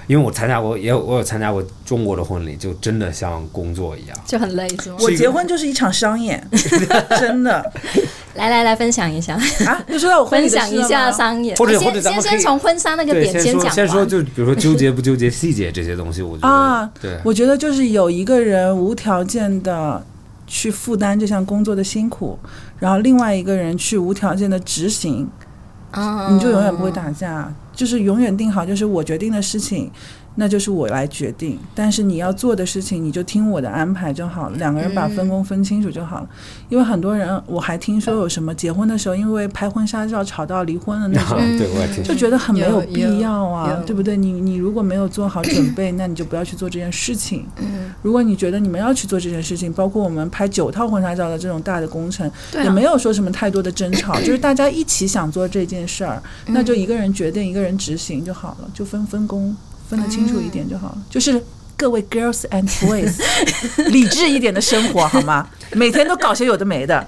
Speaker 3: 因为我参加过，也有我有参加过中国的婚礼，就真的像工作一样。
Speaker 1: 就很累是吗？
Speaker 2: 我
Speaker 3: 是一个
Speaker 2: 结婚就是一场商 演，真的
Speaker 1: 来来来，分享一下，
Speaker 2: 啊！就说到我婚
Speaker 1: 分
Speaker 2: 礼的
Speaker 1: 享
Speaker 2: 事
Speaker 1: 一
Speaker 2: 了
Speaker 1: 下
Speaker 2: 吗
Speaker 1: 商演。
Speaker 3: 或者
Speaker 1: 先
Speaker 3: 或者咱
Speaker 1: 先
Speaker 3: 们可以
Speaker 1: 先从婚纱那个
Speaker 3: 对，
Speaker 1: 点
Speaker 3: 先说
Speaker 1: 讲
Speaker 3: 先说，
Speaker 1: 完。
Speaker 3: 就比如说纠结不纠结细节这些东西，我觉得、
Speaker 2: 啊
Speaker 3: 对。
Speaker 2: 我觉得就是有一个人无条件的去负担这项工作的辛苦，然后另外一个人去无条件的执行，
Speaker 1: 嗯，
Speaker 2: 你就永远不会打架，就是永远定好，就是我决定的事情，那就是我来决定。但是你要做的事情，你就听我的安排就好了。两个人把分工分清楚就好了。因为很多人，我还听说有什么结婚的时候，因为拍婚纱照吵到离婚的那种。
Speaker 3: 对，我也听说
Speaker 2: 嗯就觉得很没有
Speaker 1: 有
Speaker 2: 必要啊
Speaker 1: 有，
Speaker 2: 对不对？你你如果没有做好准备，那你就不要去做这件事情。
Speaker 1: 嗯
Speaker 2: 如果你觉得你们要去做这件事情，包括我们拍九套婚纱照的这种大的工程，
Speaker 1: 对啊
Speaker 2: 也没有说什么太多的争 吵，就是大家一起想做这件事儿，
Speaker 1: 嗯
Speaker 2: 那就一个人决定，一个人执行就好了，就分分工，分得清楚一点就
Speaker 1: 嗯
Speaker 2: 好了，就是。各位 girls and boys，理 智一点的生活好吗？每天都搞些有的没的，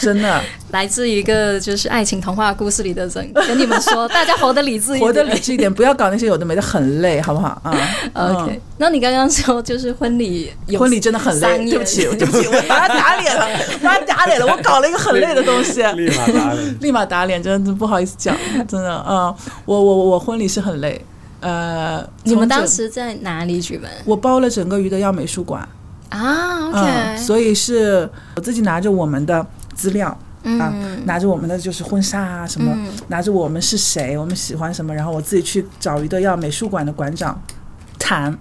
Speaker 2: 真的
Speaker 1: 来自一个就是爱情童话故事里的人，跟你们说，大家活得理智 一点，
Speaker 2: 活得理智一点，不要搞那些有的没的，很累，好不好啊
Speaker 1: OK，、
Speaker 2: 嗯
Speaker 1: 那你刚刚说就是婚礼有
Speaker 2: 婚礼真的很
Speaker 1: 商
Speaker 2: 累，
Speaker 1: 业
Speaker 2: 对不起，对不 起，我把他打脸了，把他打脸了，我搞了一个很累的东西，
Speaker 3: 立马答了。
Speaker 2: 立马打脸，真的不好意思讲，真的，嗯，我我我婚礼是很累，呃，
Speaker 1: 你们
Speaker 2: 从整
Speaker 1: 当时在哪里举办
Speaker 2: 我包了整个余德耀美术馆，
Speaker 1: 啊？OK，、
Speaker 2: 嗯，所以是我自己拿着我们的资料。
Speaker 1: 嗯
Speaker 2: 啊，拿着我们的就是婚纱啊什么，拿着我们是谁，我们喜欢什么，然后我自己去找一个要美术馆的馆长。谈，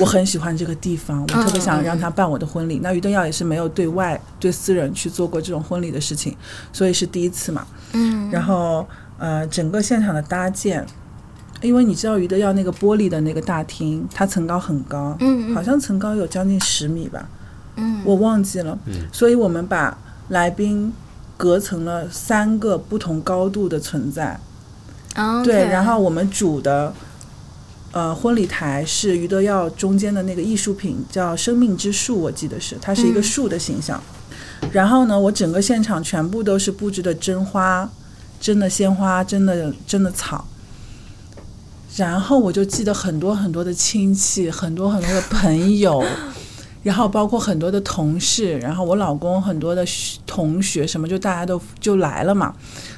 Speaker 2: 我很喜欢这个地方，我特别想让他办我的婚礼。那于德耀也是没有对外、对私人去做过这种婚礼的事情，所以是第一次嘛。嗯，然后呃，整个现场的搭建，因为你知道于德耀那个玻璃的那个大厅，它层高很高，
Speaker 1: 嗯
Speaker 2: 好像层高有将近十米吧，嗯，我忘记了，嗯，所以我们把来宾隔成了三个不同高度的存在，
Speaker 1: 啊，OK
Speaker 2: 对，然后我们主的。呃，婚礼台是于德耀中间的那个艺术品，叫“生命之树”，我记得是，它是一个树的形象。然后呢，我整个现场全部都是布置的真花、真的鲜花、真的真的草。然后我就记得很多很多的亲戚，很多很多的朋友，然后包括很多的同事，然后我老公很多的学同学，什么就大家都就来了嘛。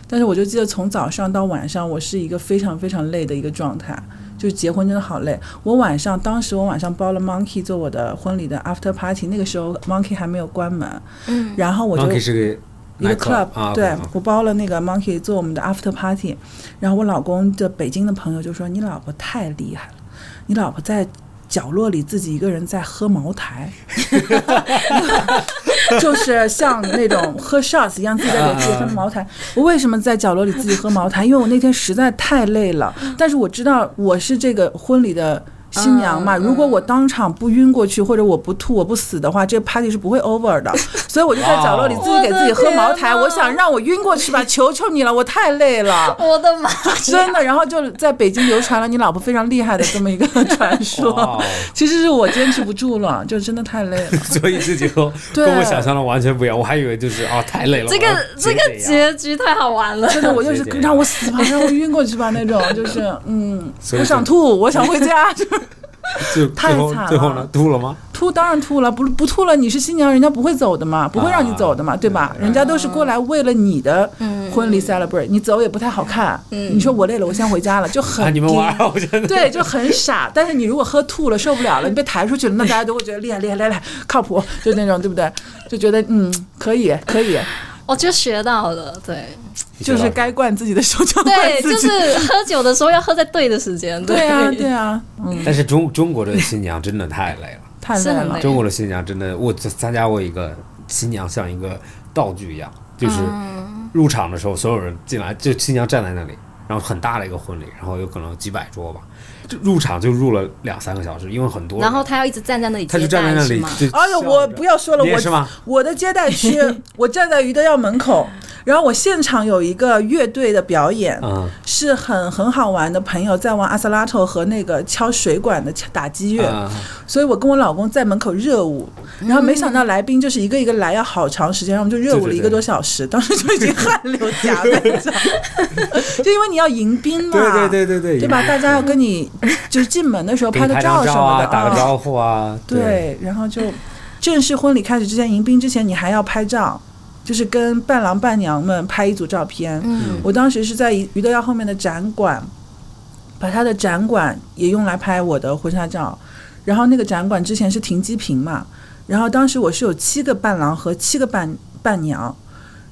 Speaker 2: 但是我就记得从早上到晚上，我是一个非常非常累的一个状态。就结婚真的好累。我晚上当时我晚上包了 Monkey 做我的婚礼的 after party，那个时候 Monkey 还没有关门，嗯，然后我就
Speaker 3: Monkey 是
Speaker 2: 一
Speaker 3: 个 night
Speaker 2: 个 club，、
Speaker 3: 啊，
Speaker 2: 对、
Speaker 3: OK，OK
Speaker 2: 我包了那个 Monkey 做我们的 after party，然后我老公的北京的朋友就说你老婆太厉害了，你老婆在角落里自己一个人在喝茅台， 就是像那种喝 shots 一样自己在给自己喝茅台。我为什么在角落里自己喝茅台？因为我那天实在太累了，但是我知道我是这个婚礼的。新娘
Speaker 3: 嗯
Speaker 2: 嘛，如果我当场不晕过去，或者我不吐，我不死的话，这 party 是不会 over 的。所以我就在角落里
Speaker 3: 哇哦
Speaker 2: 自己给自己喝茅台，我
Speaker 1: 我的天呐
Speaker 2: 想让我晕过去吧，求求你了，我太累 了。
Speaker 1: 我的 妈，
Speaker 2: 真的，然后就在北京流传了你老婆非常厉害的这么一个 传
Speaker 3: 哇
Speaker 2: 说
Speaker 3: 哦，
Speaker 2: 其实是我坚持不住了，就真的太累了。
Speaker 3: 所以自己和
Speaker 2: 对
Speaker 3: 跟我想象的完全不一样，我还以为就是啊太累了。
Speaker 1: 这
Speaker 3: 我要
Speaker 1: 个这个
Speaker 3: 直接样
Speaker 1: 结局太好玩了。
Speaker 2: 真的，我 就是
Speaker 3: 这样
Speaker 2: 让我死吧，让我晕过去吧那种，就是 嗯，
Speaker 3: 所以
Speaker 2: 我想
Speaker 3: 就
Speaker 2: 吐，我想回家， 就是
Speaker 3: 就
Speaker 2: 太
Speaker 3: 最后
Speaker 2: 惨
Speaker 3: 最后
Speaker 2: 了
Speaker 3: 呢吐了吗？
Speaker 2: 吐当然吐了，不不吐了你是新娘，人家不会走的嘛，不会
Speaker 3: 啊
Speaker 2: 让你走的嘛，对吧？人家都是过来为了你的婚礼 celebrate，你走也不太好看，你说我累了，我先回家了，就
Speaker 3: 啊
Speaker 2: 很
Speaker 3: 你们玩
Speaker 2: 低
Speaker 3: 儿，我真 的
Speaker 2: 对，就很傻。但是你如果喝吐了受不了了，你被抬出去了，那大家都会觉得厉害厉害厉害，靠谱，就那种对不对？就觉得嗯可以可以。
Speaker 1: 我就学到了，对
Speaker 2: 就是该灌自己的时候就灌
Speaker 1: 啊对，
Speaker 2: 自
Speaker 1: 就
Speaker 2: 己。
Speaker 1: 是喝酒的时候要喝在对的时间，
Speaker 2: 对啊，对啊，嗯，
Speaker 3: 但是中中国的新娘真的太累了。
Speaker 2: 太累
Speaker 1: 是很
Speaker 2: 了
Speaker 1: 累。
Speaker 3: 中国的新娘真的，我参加过一个新娘像一个道具一样，就是入场的时候，所有人进来，就新娘站在那里，然后很大的一个婚礼，然后有可能几百桌吧，就入场就入了两三个小时，因为很多人，
Speaker 1: 然后他要一直站在那里
Speaker 3: 他就
Speaker 1: 接
Speaker 3: 站在
Speaker 1: 待，
Speaker 3: 那
Speaker 1: 是
Speaker 3: 里
Speaker 1: 吗？
Speaker 3: 就，
Speaker 2: 哎呦，我不要说了，
Speaker 3: 你也
Speaker 2: 我
Speaker 3: 是吗
Speaker 2: 我的接待区， 我站在余德耀门口，然后我现场有一个乐队的表演，
Speaker 3: 嗯，
Speaker 2: 是很很好玩的。朋友在玩阿萨拉托和那个敲水管的敲打击乐，
Speaker 3: 嗯
Speaker 2: 所以我跟我老公在门口热舞，然后没想到来宾就是一个一个来，要好长时间，然后我们就热舞了一个多小时，当时就已经汗流浃背了， 就因为你要迎宾嘛，
Speaker 3: 对对对对对，
Speaker 2: 对吧？大家要跟你就是进门的时候
Speaker 3: 给你
Speaker 2: 拍
Speaker 3: 拍
Speaker 2: 个
Speaker 3: 张
Speaker 2: 什
Speaker 3: 照
Speaker 2: 么
Speaker 3: 啊，
Speaker 2: 的，
Speaker 3: 打个
Speaker 2: 啊
Speaker 3: 招呼啊，对，
Speaker 2: 对，然后就正式婚礼开始之前，迎宾之前，你还要拍照，就是跟伴郎伴娘们拍一组照片。
Speaker 1: 嗯，
Speaker 2: 我当时是在于德耀后面的展馆，把他的展馆也用来拍我的婚纱照。然后那个展馆之前是停机坪嘛，然后当时我是有七个伴郎和七个伴伴娘，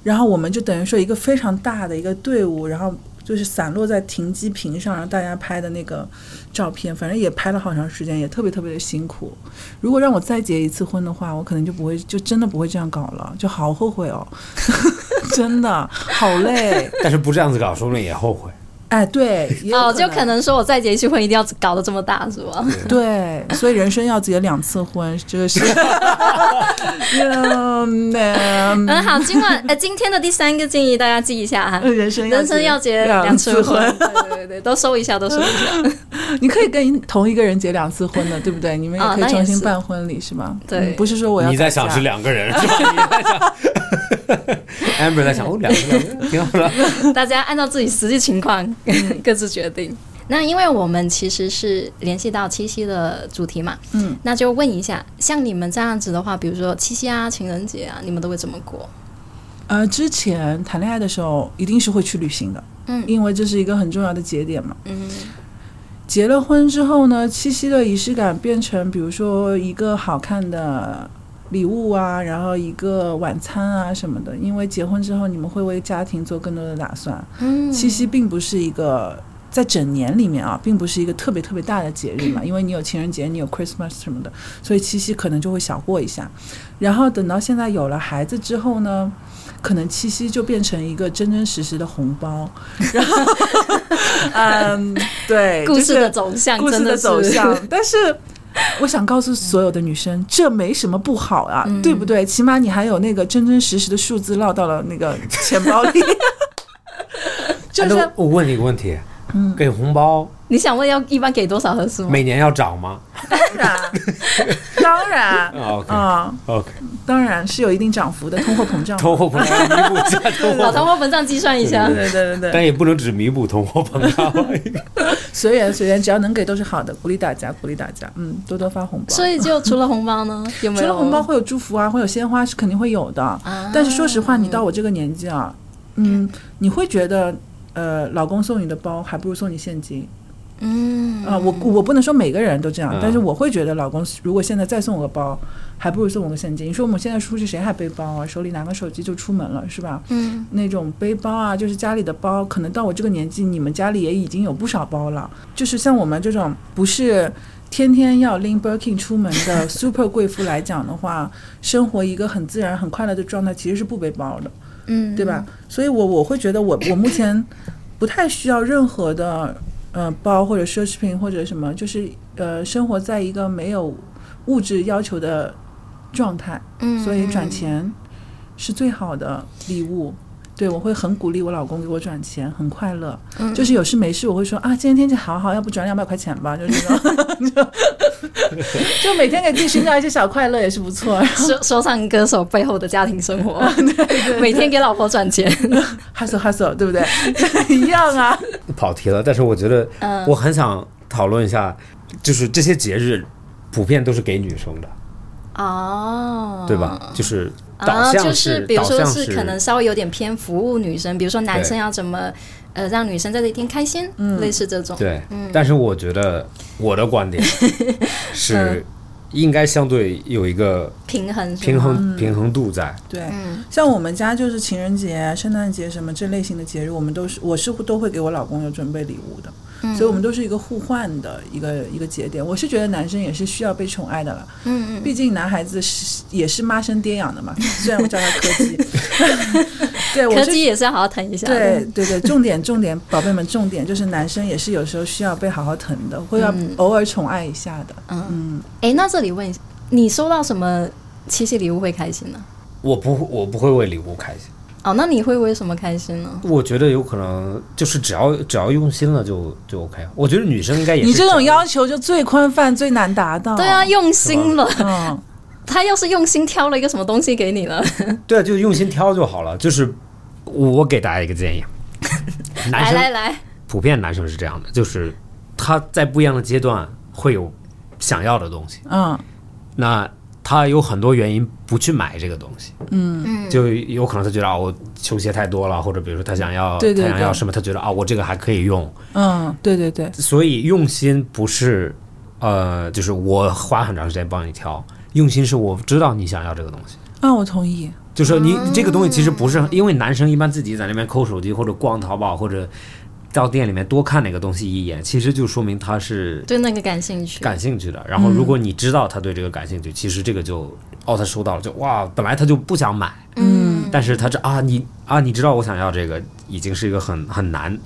Speaker 2: 然后我们就等于说一个非常大的一个队伍，然后就是散落在停机坪上，然后大家拍的那个照片，反正也拍了好长时间，也特别特别的辛苦。如果让我再结一次婚的话，我可能就不会，就真的不会这样搞了，就好后悔哦， 真的好 累。
Speaker 3: 但是不这样子搞，说不定也后悔。
Speaker 2: 哎，对，也有
Speaker 1: 哦，就可
Speaker 2: 可能
Speaker 1: 能说我再结一次婚一定要搞得这么大，是吧？
Speaker 2: 对，所以人生要结两次婚，这 个是。 嗯，嗯
Speaker 1: 嗯，好，今晚呃今天的第三个建议大家记一下哈，
Speaker 2: 人生要
Speaker 1: 人生要结
Speaker 2: 两
Speaker 1: 两次
Speaker 2: 婚，
Speaker 1: 婚，对对对对，都收一下，都收一下，
Speaker 2: 你可以跟同一个人结两次婚的，对不对？你们也
Speaker 1: 哦
Speaker 2: 可
Speaker 1: 那
Speaker 2: 以
Speaker 1: 也
Speaker 2: 重新
Speaker 1: 是
Speaker 2: 办婚礼，是吗？
Speaker 1: 对
Speaker 2: 嗯不是说我要
Speaker 3: 你在
Speaker 2: 改
Speaker 3: 想
Speaker 2: 嫁
Speaker 3: 是两个人是吧？你在想，Amber 在想哦，两个人挺好的。
Speaker 1: 大家按照自己实际情况各自决定。那因为我们其实是联系到七夕的主题嘛，
Speaker 2: 嗯，
Speaker 1: 那就问一下，像你们这样子的话，比如说七夕啊、情人节啊，你们都会怎么过？
Speaker 2: 呃，之前谈恋爱的时候一定是会去旅行的，
Speaker 1: 嗯
Speaker 2: 因为这是一个很重要的节点嘛。
Speaker 1: 嗯
Speaker 2: 结了婚之后呢，七夕的仪式感变成，比如说一个好看的礼物啊，然后一个晚餐啊什么的。因为结婚之后，你们会为家庭做更多的打算。
Speaker 1: 嗯，
Speaker 2: 七夕并不是一个在整年里面啊，并不是一个特别特别大的节日嘛，
Speaker 1: 嗯
Speaker 2: 因为你有情人节，你有 Christmas 什么的，所以七夕可能就会小过一下。然后等到现在有了孩子之后呢，可能七夕就变成一个真真实实的红包。然后， 嗯，对，
Speaker 1: 故
Speaker 2: 就
Speaker 1: 事
Speaker 2: 是
Speaker 1: 的走向，
Speaker 2: 故事
Speaker 1: 真
Speaker 2: 的
Speaker 1: 的
Speaker 2: 走
Speaker 1: 是
Speaker 2: 向， 但是。我想告诉所有的女生，这没什么不好啊，对不对？起码你还有那个真真实实的数字落到了那个钱包 里，就
Speaker 3: 哎
Speaker 2: 是
Speaker 3: 那我问你一个问题，
Speaker 1: 嗯
Speaker 3: 给红包
Speaker 1: 你想问要一般给多少合适吗？
Speaker 3: 每年要涨吗
Speaker 2: 当然， 当然
Speaker 3: ？OK
Speaker 2: 啊，
Speaker 3: OK，
Speaker 2: 当然是有一定涨幅的，通货膨胀。
Speaker 3: 通货膨胀弥补一下 通货
Speaker 1: 老
Speaker 3: 膨胀，
Speaker 1: 通货膨胀计算一下
Speaker 2: 对，对对对对，
Speaker 3: 但也不能只弥补通货膨 胀。
Speaker 2: 随缘随啊缘，只要能给都是好的，鼓励大家，鼓励大家，嗯，多多发红包。
Speaker 1: 所以就除了红包呢，有没
Speaker 2: 除
Speaker 1: 有
Speaker 2: 了红包会有祝福啊，会有鲜花是肯定会有的，
Speaker 1: 啊
Speaker 2: 但是说实话，你到我这个年纪啊，嗯，你会觉得。呃，老公送你的包还不如送你现金
Speaker 1: 嗯
Speaker 2: 啊、我我不能说每个人都这样，
Speaker 3: 嗯
Speaker 2: 但是我会觉得老公如果现在再送我个包，还不如送我个现金。你说我们现在出去谁还背包啊？手里拿个手机就出门了，是吧？
Speaker 1: 嗯
Speaker 2: 那种背包啊，就是家里的包，可能到我这个年纪，你们家里也已经有不少包了。就是像我们这种不是天天要拎 Birkin 出门的 super 贵妇来讲的话，生活一个很自然、很快乐的状态，其实是不背包的，
Speaker 1: 嗯，
Speaker 2: 对吧？所以我我会觉得我我目前不太需要任何的呃包或者奢侈品或者什么，就是呃生活在一个没有物质要求的状态。
Speaker 1: 嗯？
Speaker 2: 所以转钱是最好的礼物。对，我会很鼓励我老公给我转钱，很快乐。
Speaker 1: 嗯
Speaker 2: 就是有事没事，我会说啊，今天天气好好，要不转两百块钱吧，就是这种 就就每天给自己寻找一些小快乐也是不 错。
Speaker 1: 说说唱歌手背后的家庭 生活，每天给老婆转钱，
Speaker 2: hustle hustle，对不对？ 一样啊。
Speaker 3: 跑题了，但是我觉得
Speaker 1: 嗯
Speaker 3: 我很想讨论一下，就是这些节日普遍都是给女生的，
Speaker 1: 哦，
Speaker 3: 对吧？？就是导
Speaker 1: 啊，
Speaker 3: 向
Speaker 1: 就是比如
Speaker 3: 导
Speaker 1: 说
Speaker 3: 向
Speaker 1: 是可能稍微有点偏服务女生，比如说男生要怎么
Speaker 2: 嗯
Speaker 1: 呃让女生在这一天开心，类似这种。 嗯
Speaker 3: 对，但是我觉得我的观点是，应该相对有一个
Speaker 1: 平衡是
Speaker 3: 平
Speaker 1: 吗
Speaker 3: 衡平衡度在。
Speaker 2: 对，
Speaker 1: 嗯
Speaker 2: 像我们家就是情人节、圣诞节什么这类型的节日，我们都是我是都会给我老公有准备礼物的，
Speaker 1: 嗯，
Speaker 2: 所以我们都是一个互换的一个一个节点。我是觉得男生也是需要被宠爱的了，
Speaker 1: 嗯嗯
Speaker 2: 毕竟男孩子是也是妈生爹养的嘛， 虽然我叫他柯 基，对，我
Speaker 1: 柯
Speaker 2: 是
Speaker 1: 基也是要啊好好疼一下嗯的，
Speaker 2: 对对对，重点重点，宝贝们重点就是男生也是有时候需要被好好疼的，会要
Speaker 1: 嗯
Speaker 2: 偶尔宠爱一下的。
Speaker 1: 嗯，
Speaker 2: 嗯，
Speaker 1: 哎，那这里问一下，你收到什么七夕礼物会开心呢？
Speaker 3: 我不我不会为礼物开心，
Speaker 1: 哦，那你会为什么开心呢？
Speaker 3: 我觉得有可能就是只要只要用心了就就 OK。我觉得女生应该也是
Speaker 2: 你这种要求就最宽泛、最难达到。
Speaker 1: 对啊，，用心了，
Speaker 2: 嗯，
Speaker 1: 他要是用心挑了一个什么东西给你了，
Speaker 3: 对，就用心挑就好了。就是我给大家一 个建议，男
Speaker 2: 哎
Speaker 1: 来
Speaker 3: 生
Speaker 1: 来来，
Speaker 3: 普遍男生是这样的，就是他在不一样的阶段会有想要的东西，
Speaker 2: 嗯，
Speaker 3: 那他有很多原因不去买这个东西，
Speaker 1: 嗯，
Speaker 3: 就有可能他觉得啊，我球鞋太多了，或者比如说他想要
Speaker 2: 对对
Speaker 3: 他想要
Speaker 2: 对
Speaker 3: 什么，他觉得啊，我这个还可以用，
Speaker 2: 嗯，对对对，
Speaker 3: 所以用心不是呃，就是我花很长时间帮你挑，用心是我知道你想要这个东西。
Speaker 2: 啊，我同意。
Speaker 3: 就说你
Speaker 1: 嗯
Speaker 3: 这个东西其实不是，因为男生一般自己在那边抠手机或者逛淘宝或者到店里面多看哪个东西一眼，其实就说明他是
Speaker 1: 对那个感兴趣，
Speaker 3: 感兴趣的。然后如果你知道他对这个感兴趣，其实这个就哦，他收到了就哇，本来他就不想买，
Speaker 1: 嗯，
Speaker 3: 但是他这啊你啊你知道我想要这个，已经是一个很很难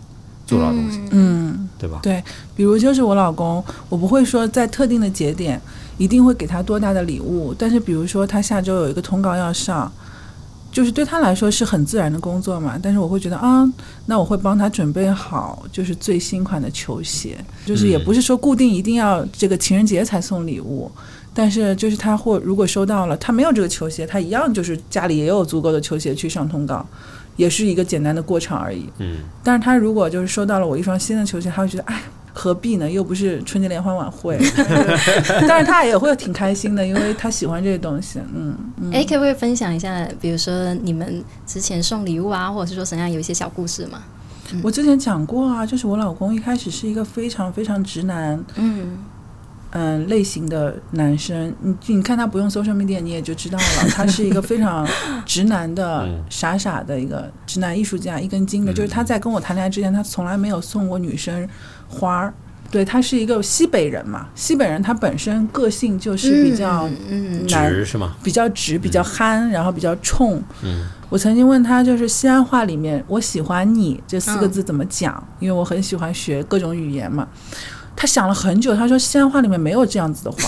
Speaker 3: 做到的东西，
Speaker 2: 嗯，
Speaker 3: 对吧？
Speaker 2: 对，比如就是我老公，我不会说在特定的节点一定会给他多大的礼物，但是比如说他下周有一个通告要上。就是对他来说是很自然的工作嘛，但是我会觉得啊，那我会帮他准备好就是最新款的球鞋，就是也不是说固定一定要这个情人节才送礼物，但是就是他或如果收到了他没有这个球鞋，他一样就是家里也有足够的球鞋去上通告，也是一个简单的过场而已。
Speaker 3: 嗯，
Speaker 2: 但是他如果就是收到了我一双新的球鞋，他会觉得哎。何必呢？又不是春节联欢晚会，但是他也会挺开心的，因为他喜欢这些东西。嗯，
Speaker 1: 哎，可不可以分享一下，比如说你们之前送礼物啊，或者是说怎样有一些小故事嘛？
Speaker 2: 我之前讲过啊，就是我老公一开始是一个非常非常直男，
Speaker 1: 嗯，
Speaker 2: 嗯、类型的男生。你你看他不用 social media，你也就知道了，他是一个非常直男的、
Speaker 3: 嗯
Speaker 2: 傻傻的一个直男艺术家，一根筋的。就是他在跟我谈恋爱之前，他从来没有送过女生花儿。对他是一个西北人嘛，西北人他本身个性就是比较
Speaker 1: 嗯，嗯
Speaker 2: 男
Speaker 3: 值是吗？
Speaker 2: 比较直、比较憨，然后比较冲。
Speaker 3: 嗯，
Speaker 2: 我曾经问他，就是西安话里面“我喜欢你”这四个字怎么讲，因为我很喜欢学各种语言嘛。他想了很久，他说西安话里面没有这样子的话，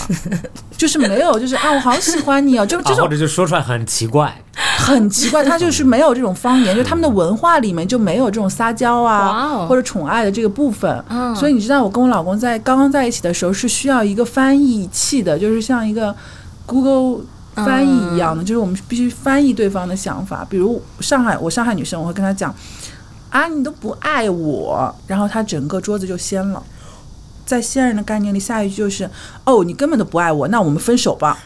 Speaker 2: 就是没有，就是啊，我好喜欢你哦，就这
Speaker 3: 啊，或
Speaker 2: 种
Speaker 3: 者就说出来很奇怪，
Speaker 2: 很奇怪，他就是没有这种方言，就他们的文化里面就没有这种撒娇
Speaker 1: 哇
Speaker 2: 啊
Speaker 1: 哦
Speaker 2: 或者宠爱的这个部分。
Speaker 1: 嗯
Speaker 2: 所以你知道，我跟我老公在刚刚在一起的时候是需要一个翻译器的，就是像一个 Google 翻译一样的，就是我们必须翻译对方的想法。比如上海，我上海女生，我会跟她讲啊，你都不爱我，然后她整个桌子就掀了。在西安人的概念里，下一句就是哦，你根本都不爱我，那我们分手吧，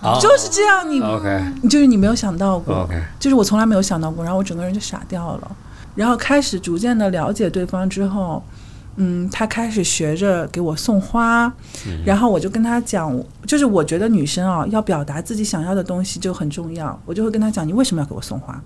Speaker 3: 啊
Speaker 2: 就是这样。你
Speaker 3: OK
Speaker 2: 就是你没有想到过
Speaker 3: OK，
Speaker 2: 就是我从来没有想到过，然后我整个人就傻掉了。然后开始逐渐的了解对方之后，嗯，他开始学着给我送花，
Speaker 1: 嗯
Speaker 2: 然后我就跟他讲，就是我觉得女生啊、要表达自己想要的东西就很重要，我就会跟他讲，你为什么要给我送花，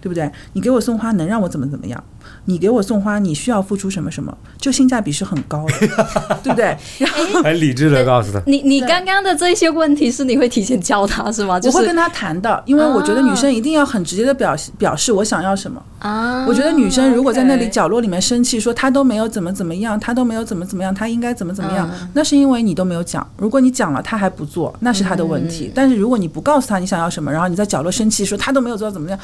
Speaker 2: 对不对？你给我送花能让我怎么怎么样？你给我送花，你需要付出什么什么？就性价比是很高 的，对不对？然后
Speaker 3: 很哎理智的告诉他，
Speaker 1: 你你
Speaker 2: 对
Speaker 1: 刚刚的这些问题是你会提前教他是吗？就
Speaker 2: 我会
Speaker 1: 是
Speaker 2: 跟他谈的，因为我觉得女生一定要很直接的表表示我想要什么。
Speaker 1: 啊，
Speaker 2: 我觉得女生如果在那里
Speaker 1: OK
Speaker 2: 角落里面生气，说她都没有怎么怎么样，她都没有怎么怎么样，她应该怎么怎么样，那是因为你都没有讲。如果你讲了，她还不做，那是她的问题。但是如果你不告诉她你想要什么，然后你在角落生气，说她都没有做到怎么样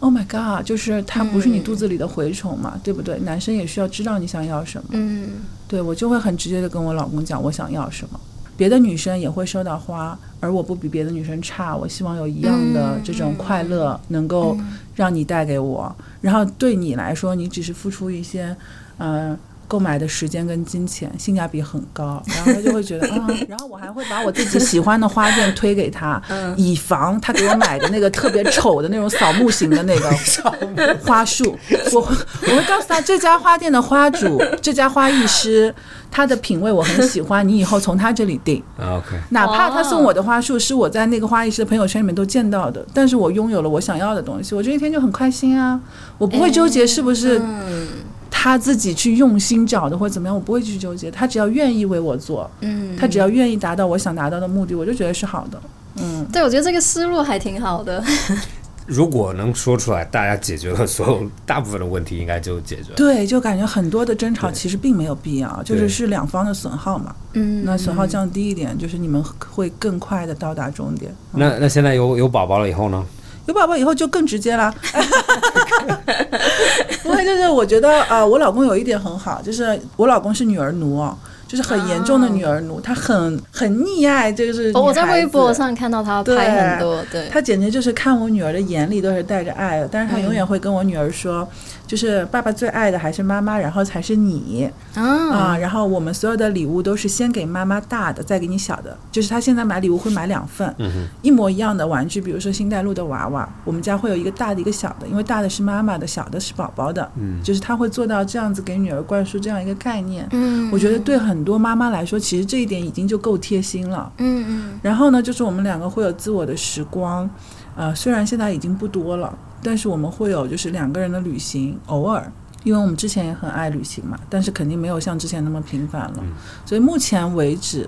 Speaker 2: ，Oh my god，就是她不是你肚子里的蛔虫嘛，对不对？男生也需要知道你想要什么。
Speaker 1: 嗯，
Speaker 2: 对我就会很直接的跟我老公讲我想要什么。别的女生也会收到花，而我不比别的女生差。我希望有一样的这种快乐能够让你带给我。然后对你来说，你只是付出一些，嗯、购买的时间跟金钱性价比很高， 然后他就会觉得啊，然后我还会把我自己喜欢的花店推给他，以防他给我买的那个特别丑的那种扫墓型的那个花束，我会我会告诉他这家花店的花主，这家花艺师，他的品味我很喜欢，你以后从他这里订。
Speaker 3: 啊，OK，
Speaker 2: 哪怕他送我的花束是我在那个花艺师的朋友圈里面都见到的，但是我拥有了我想要的东西，我这一天就很开心啊！我不会纠结是不是他自己去用心找的或者怎么样，我不会去纠结。他只要愿意为我做，
Speaker 1: 嗯，
Speaker 2: 他只要愿意达到我想达到的目的，我就觉得是好的。嗯，
Speaker 1: 对我觉得这个思路还挺好的。
Speaker 3: 如果能说出来，大家解决了所有大部分的问题，应该就解决了。
Speaker 2: 对，就感觉很多的争吵其实并没有必要，就是
Speaker 3: 对
Speaker 2: 是两方的损耗嘛。
Speaker 1: 嗯，
Speaker 2: 那损耗降低一点，就是你们会更快的到达终点。
Speaker 3: 那那现在有有宝宝了以后呢？
Speaker 2: 有宝宝以后就更直接了。 不会，就是我觉得呃，我老公有一点很好，就是我老公是女儿奴哦，就是很严重的女儿奴，他很很溺爱，就是
Speaker 1: 哦我
Speaker 2: 女
Speaker 1: 在
Speaker 2: 孩
Speaker 1: 微博
Speaker 2: 子。
Speaker 1: 上看到他拍很多，对，
Speaker 2: 他简直就是看我女儿的眼里都是带着爱的，但是他永
Speaker 1: 嗯
Speaker 2: 远会跟我女儿说，就是爸爸最爱的还是妈妈，然后才是你
Speaker 3: 嗯
Speaker 2: 啊、
Speaker 1: 啊，
Speaker 2: 然后我们所有的礼物都是先给妈妈大的，再给你小的。就是他现在买礼物会买两份，
Speaker 3: 嗯哼，
Speaker 2: 一模一样的玩具，比如说星黛露的娃娃，我们家会有一个大的，一个小的，因为大的是妈妈的，小的是宝宝的，
Speaker 3: 嗯
Speaker 2: 就是他会做到这样子给女儿灌输这样一个概念。
Speaker 1: 嗯，
Speaker 2: 我觉得对很多妈妈来说，其实这一点已经就够贴心了。
Speaker 1: 嗯，嗯
Speaker 2: 然后呢，就是我们两个会有自我的时光，呃，虽然现在已经不多了，但是我们会有就是两个人的旅行，偶尔，因为我们之前也很爱旅行嘛，但是肯定没有像之前那么频繁了。所以目前为止，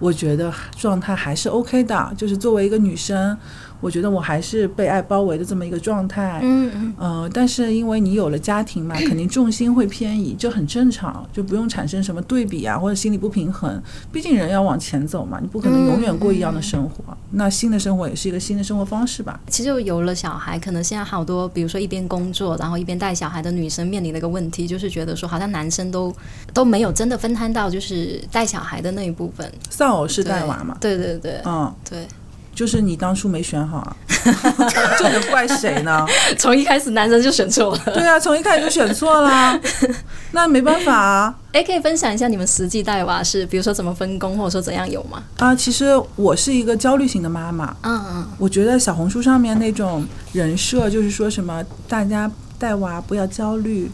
Speaker 2: 我觉得状态还是 OK 的，就是作为一个女生，我觉得我还是被爱包围的这么一个状态。
Speaker 1: 嗯嗯
Speaker 2: 呃，但是因为你有了家 庭嘛，肯定重心会偏移，这很正常，就不用产生什么对比啊，或者心理不平衡。毕竟人要往前走嘛，你不可能永远过一样的生
Speaker 1: 嗯
Speaker 2: 活。那新的生活也是一个新的生活方式吧？
Speaker 1: 其实有了小孩，可能现在好多，比如说一边工作，然后一边带小孩的女生面临的一个问题，就是觉得说好像男生都都没有真的分摊到就是带小孩的那一部分，
Speaker 2: 丧偶式
Speaker 1: 对
Speaker 2: 带娃嘛，
Speaker 1: 对对对
Speaker 2: 嗯，
Speaker 1: 对，
Speaker 2: 就是你当初没选好啊，这能怪谁呢？
Speaker 1: 从一开始男生就选错了。
Speaker 2: 对啊，从一开始就选错啦，那没办法啊。
Speaker 1: 哎，可以分享一下你们实际带娃是，比如说怎么分工，或者说怎样有吗？
Speaker 2: 啊，其实我是一个焦虑型的妈妈，
Speaker 1: 嗯嗯
Speaker 2: 我觉得小红书上面那种人设，就是说什么大家带娃不要焦 虑，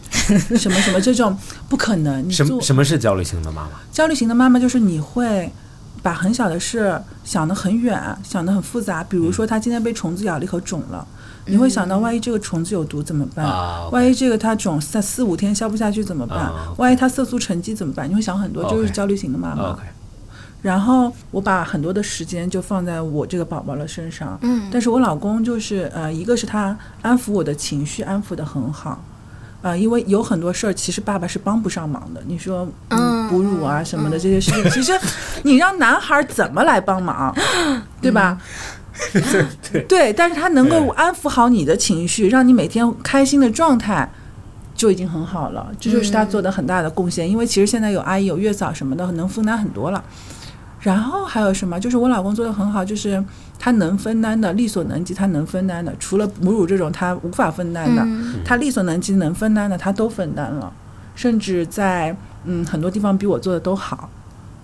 Speaker 2: 什么什么这种不可能。你
Speaker 3: 什么
Speaker 2: 做
Speaker 3: 什么是焦虑型的妈妈？
Speaker 2: 焦虑型的妈妈就是你会把很小的事想得很远，想得很复杂。比如
Speaker 3: 嗯
Speaker 2: 说她今天被虫子咬了一口肿了，你会想到万一这个虫子有毒怎么办？
Speaker 3: 啊，OK
Speaker 2: 万一这个它肿三四五天消不下去怎么办？
Speaker 3: 啊，OK
Speaker 2: 万一它色素沉积怎么办？你会想很多，就是
Speaker 3: OK
Speaker 2: 焦虑型的妈妈。
Speaker 3: OK，
Speaker 2: 然后我把很多的时间就放在我这个宝宝的身上，
Speaker 1: 嗯
Speaker 2: 但是我老公就是呃，一个是他安抚我的情绪，安抚的很好。呃，因为有很多事儿，其实爸爸是帮不上忙的。你说，嗯，
Speaker 1: 嗯
Speaker 2: 哺乳啊什么的这些事 情，其实你让男孩儿怎么来帮忙，对吧？
Speaker 1: 嗯
Speaker 2: 对但是他能够安抚好你的情绪，让你每天开心的状态，就已经很好了。这就是
Speaker 1: 嗯
Speaker 2: 他做的很大的贡献。因为其实现在有阿姨、有月嫂什么的，能分担很多了。然后还有什么？就是我老公做的很好，就是他能分担的，力所能及，他能分担的，除了母乳这种他无法分担的，
Speaker 1: 嗯
Speaker 2: 他力所能及能分担的，他都分担了，甚至在嗯很多地方比我做的都好。